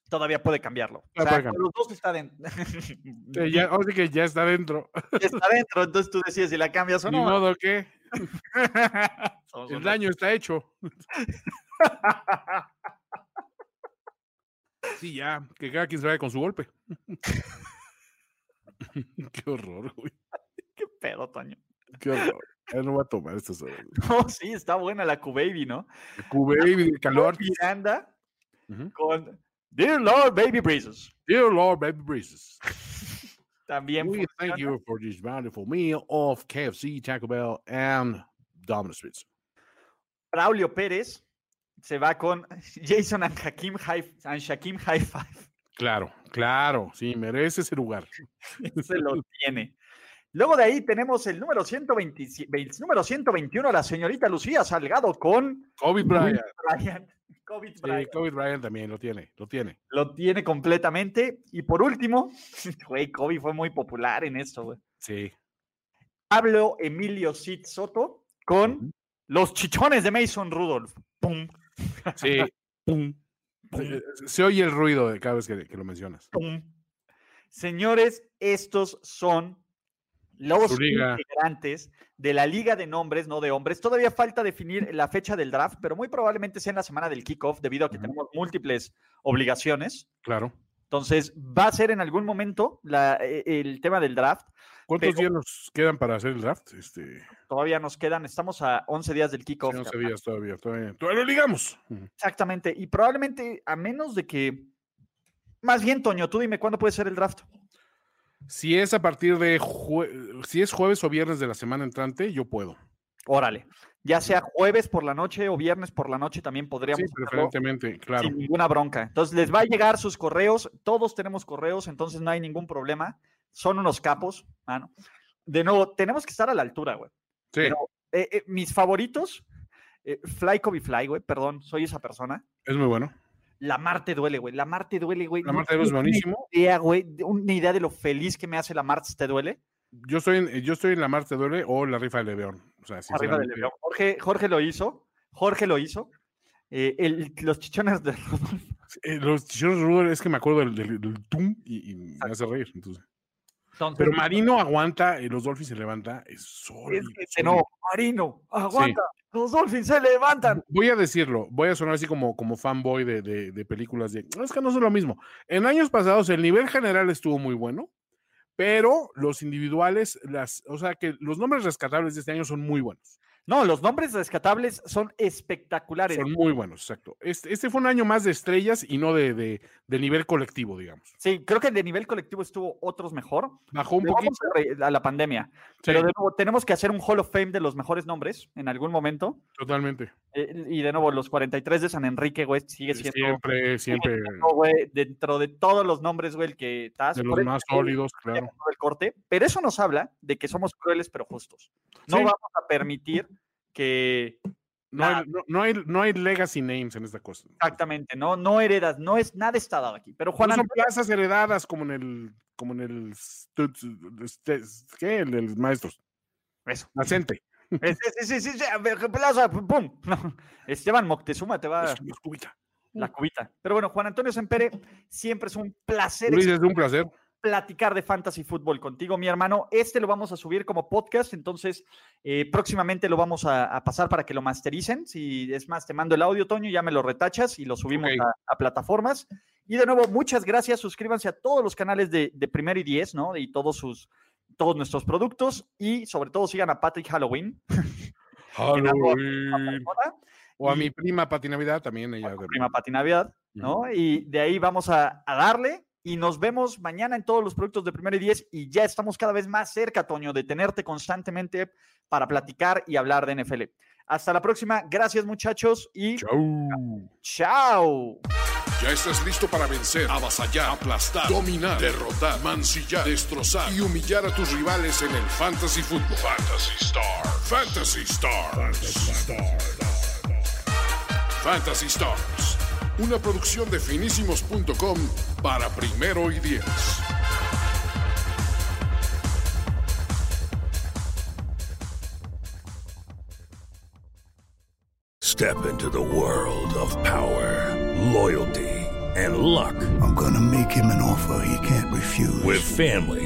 [SPEAKER 2] Todavía puede cambiarlo. O
[SPEAKER 3] Todavía
[SPEAKER 2] sea,
[SPEAKER 3] puede
[SPEAKER 2] con
[SPEAKER 3] cambiar.
[SPEAKER 2] los dos está
[SPEAKER 3] está-
[SPEAKER 2] dentro.
[SPEAKER 3] eh, ya- ahora sí que ya está dentro.
[SPEAKER 2] está dentro, entonces tú decides si la cambias o
[SPEAKER 3] Ni
[SPEAKER 2] no.
[SPEAKER 3] modo que
[SPEAKER 2] Somos
[SPEAKER 3] el
[SPEAKER 2] unos-
[SPEAKER 3] daño está hecho. sí, ya, que cada quien se vaya con su golpe. Qué horror, güey.
[SPEAKER 2] ¿Qué pedo, Toño?
[SPEAKER 3] Qué horror. Ya no voy a tomar estas eh, horas.
[SPEAKER 2] No, sí, está buena la Q-Baby, ¿no?
[SPEAKER 3] Baby, calor.
[SPEAKER 2] Miranda
[SPEAKER 3] Ujú.
[SPEAKER 2] con Dear Lord Baby Breezes.
[SPEAKER 3] Dear Lord, baby breezes.
[SPEAKER 2] También.
[SPEAKER 3] We
[SPEAKER 2] funciona.
[SPEAKER 3] thank you for this wonderful meal of KFC, Taco Bell, and Domino's Pizza.
[SPEAKER 2] Braulio Pérez se va con Jason and, Hakim High, and Shakim High Five.
[SPEAKER 3] Claro, claro, sí, merece ese lugar.
[SPEAKER 2] Se lo tiene. Luego de ahí tenemos el número, 127 vein- número 121, la señorita Lucía Salgado con
[SPEAKER 3] Kobe Bryant,
[SPEAKER 2] Brian. COVID
[SPEAKER 3] sí,
[SPEAKER 2] Bryant.
[SPEAKER 3] Kobe Bryant también lo tiene, lo tiene.
[SPEAKER 2] Lo tiene completamente. Y por último, güey, Kobe fue muy popular en esto, güey.
[SPEAKER 3] Sí.
[SPEAKER 2] Pablo Emilio Cid Soto con
[SPEAKER 3] Ujú.
[SPEAKER 2] los chichones de Mason Rudolph. Pum,
[SPEAKER 3] Sí. Pum, pum. Eh, Se, oye el ruido de cada vez que, que lo mencionas.
[SPEAKER 2] pum. Señores, estos son los
[SPEAKER 3] Su liga.
[SPEAKER 2] integrantes de la Liga de Nombres, no de Hombres. Todavía falta definir la fecha del draft, pero muy probablemente sea en la semana del kickoff, debido a que
[SPEAKER 3] Ujú.
[SPEAKER 2] tenemos múltiples obligaciones.
[SPEAKER 3] Claro.
[SPEAKER 2] Entonces, va a ser en algún momento la- e- el eh, tema del draft.
[SPEAKER 3] ¿Cuántos
[SPEAKER 2] Pero-
[SPEAKER 3] días nos quedan para hacer el draft? Este,
[SPEAKER 2] Todavía nos quedan, estamos a 11 días del kickoff.
[SPEAKER 3] no
[SPEAKER 2] carnal.
[SPEAKER 3] sabías todavía, todavía. Todavía lo ligamos.
[SPEAKER 2] Exactamente. Y probablemente, a menos de que. Más bien, Toño, tú dime cuándo puede ser el draft.
[SPEAKER 3] Si es a partir de jue- si es jueves o viernes de la semana entrante, yo puedo.
[SPEAKER 2] Órale. Ya sea jueves por la noche o viernes por la noche, también podríamos.
[SPEAKER 3] Sí,
[SPEAKER 2] hacerlo
[SPEAKER 3] preferentemente, claro.
[SPEAKER 2] Sin ninguna bronca. Entonces, les va a llegar sus correos. Todos tenemos correos, entonces no hay ningún problema. Son unos capos, mano. De nuevo, tenemos que estar a la altura, güey.
[SPEAKER 3] Sí,
[SPEAKER 2] pero- Eh, eh, mis favoritos, eh, Fly Kobe Fly, güey, perdón, soy esa persona.
[SPEAKER 3] es muy bueno.
[SPEAKER 2] La Marte duele, güey. La Marte duele, güey.
[SPEAKER 3] La
[SPEAKER 2] no
[SPEAKER 3] Marta Evo es
[SPEAKER 2] tienes
[SPEAKER 3] buenísimo.
[SPEAKER 2] ni Idea, güey, de- una idea de lo feliz que me hace la Marte te duele.
[SPEAKER 3] Yo estoy en, eh, yo estoy en la Marte Duele o la rifa de Leveón. O sea,
[SPEAKER 2] Arriba del
[SPEAKER 3] sinceramente,
[SPEAKER 2] León. Jorge, Jorge lo hizo. Jorge lo hizo. Eh, el- los chichones de Rodolfo.
[SPEAKER 3] eh, los chichones Rudolph es que me acuerdo del, del- del tum y, y me hace reír. entonces.
[SPEAKER 2] Entonces,
[SPEAKER 3] Pero Marino aguanta, eh, los Dolphins se levanta, es
[SPEAKER 2] es
[SPEAKER 3] sólido.
[SPEAKER 2] que se
[SPEAKER 3] sólido.
[SPEAKER 2] no, Marino, aguanta. Los Dolphins se levantan.
[SPEAKER 3] Voy a decirlo, voy a sonar así como, como fanboy de, de- de películas de. "No, Es que no es lo mismo. En años pasados el nivel general estuvo muy bueno, pero los individuales, las, o sea que los nombres rescatables de este año son muy buenos.
[SPEAKER 2] No, los nombres rescatables son espectaculares.
[SPEAKER 3] Son muy buenos, exacto. Este, este fue un año más de estrellas y no de, de, de nivel colectivo, digamos.
[SPEAKER 2] Sí, creo que de nivel colectivo estuvo otros mejor.
[SPEAKER 3] Bajó un
[SPEAKER 2] Le
[SPEAKER 3] poquito.
[SPEAKER 2] vamos a re- a la pandemia. Pero
[SPEAKER 3] sí,
[SPEAKER 2] de nuevo, tenemos que hacer un Hall of Fame de los mejores nombres en algún momento.
[SPEAKER 3] totalmente.
[SPEAKER 2] Eh, y de nuevo, los 43 de San Enrique, güey, sigue siendo
[SPEAKER 3] Siempre, siempre.
[SPEAKER 2] güey, dentro de todos los nombres, güey, el que estás.
[SPEAKER 3] De
[SPEAKER 2] por
[SPEAKER 3] los
[SPEAKER 2] eso
[SPEAKER 3] más
[SPEAKER 2] es el
[SPEAKER 3] sólidos, claro.
[SPEAKER 2] tema del corte. Pero eso nos habla de que somos crueles pero justos. No
[SPEAKER 3] Sí.
[SPEAKER 2] vamos a permitir que
[SPEAKER 3] No hay, no, no hay, no hay legacy names en esta cosa.
[SPEAKER 2] exactamente, no, no heredas, no es nada está dado aquí. Pero Juan,
[SPEAKER 3] no son
[SPEAKER 2] Antonio-
[SPEAKER 3] plazas heredadas como en el como en el stu- stu- este- ¿qué? El de los maestros.
[SPEAKER 2] Eso.
[SPEAKER 3] Nacente.
[SPEAKER 2] Eh, sí, sí, sí, sí, a ver, plaza, pum, pum. Esteban Moctezuma te va
[SPEAKER 3] Es una escobita.
[SPEAKER 2] la cubita. Pero bueno, Juan Antonio Sempere, siempre es un placer.
[SPEAKER 3] Luis, es un placer.
[SPEAKER 2] platicar de fantasy fútbol contigo, mi hermano. Este lo vamos a subir como podcast, entonces eh, próximamente lo vamos a, a pasar para que lo mastericen. Si es más, te mando el audio, Toño, ya me lo retachas y lo subimos
[SPEAKER 3] Ok.
[SPEAKER 2] a, a plataformas. Y de nuevo, muchas gracias. Suscríbanse a todos los canales de, de Primero y Diez, ¿no? Y todos sus todos nuestros productos y sobre todo sigan a Patrick Halloween.
[SPEAKER 3] Halloween.
[SPEAKER 2] Hola,
[SPEAKER 3] O a
[SPEAKER 2] Y-
[SPEAKER 3] mi prima Pati Navidad también ella. de-
[SPEAKER 2] Prima Pati Navidad, ¿no? Y de ahí vamos a, a darle y nos vemos mañana en todos los productos de Primero y Diez y ya estamos cada vez más cerca, Toño, de tenerte constantemente para platicar y hablar de NFL. Hasta la próxima. Gracias, muchachos, y
[SPEAKER 3] Chau.
[SPEAKER 2] chao.
[SPEAKER 1] Ya estás listo para vencer, avasallar, aplastar, dominar, derrotar, mancillar, destrozar y humillar a tus rivales en el Fantasy Football. Fantasy Star. Fantasy Stars. Fantasy Stars. Una producción de finísimos.com para primero y diez.
[SPEAKER 4] Step into the world of power, loyalty, and luck
[SPEAKER 5] I'm gonna make him an offer he can't refuse.
[SPEAKER 4] with family,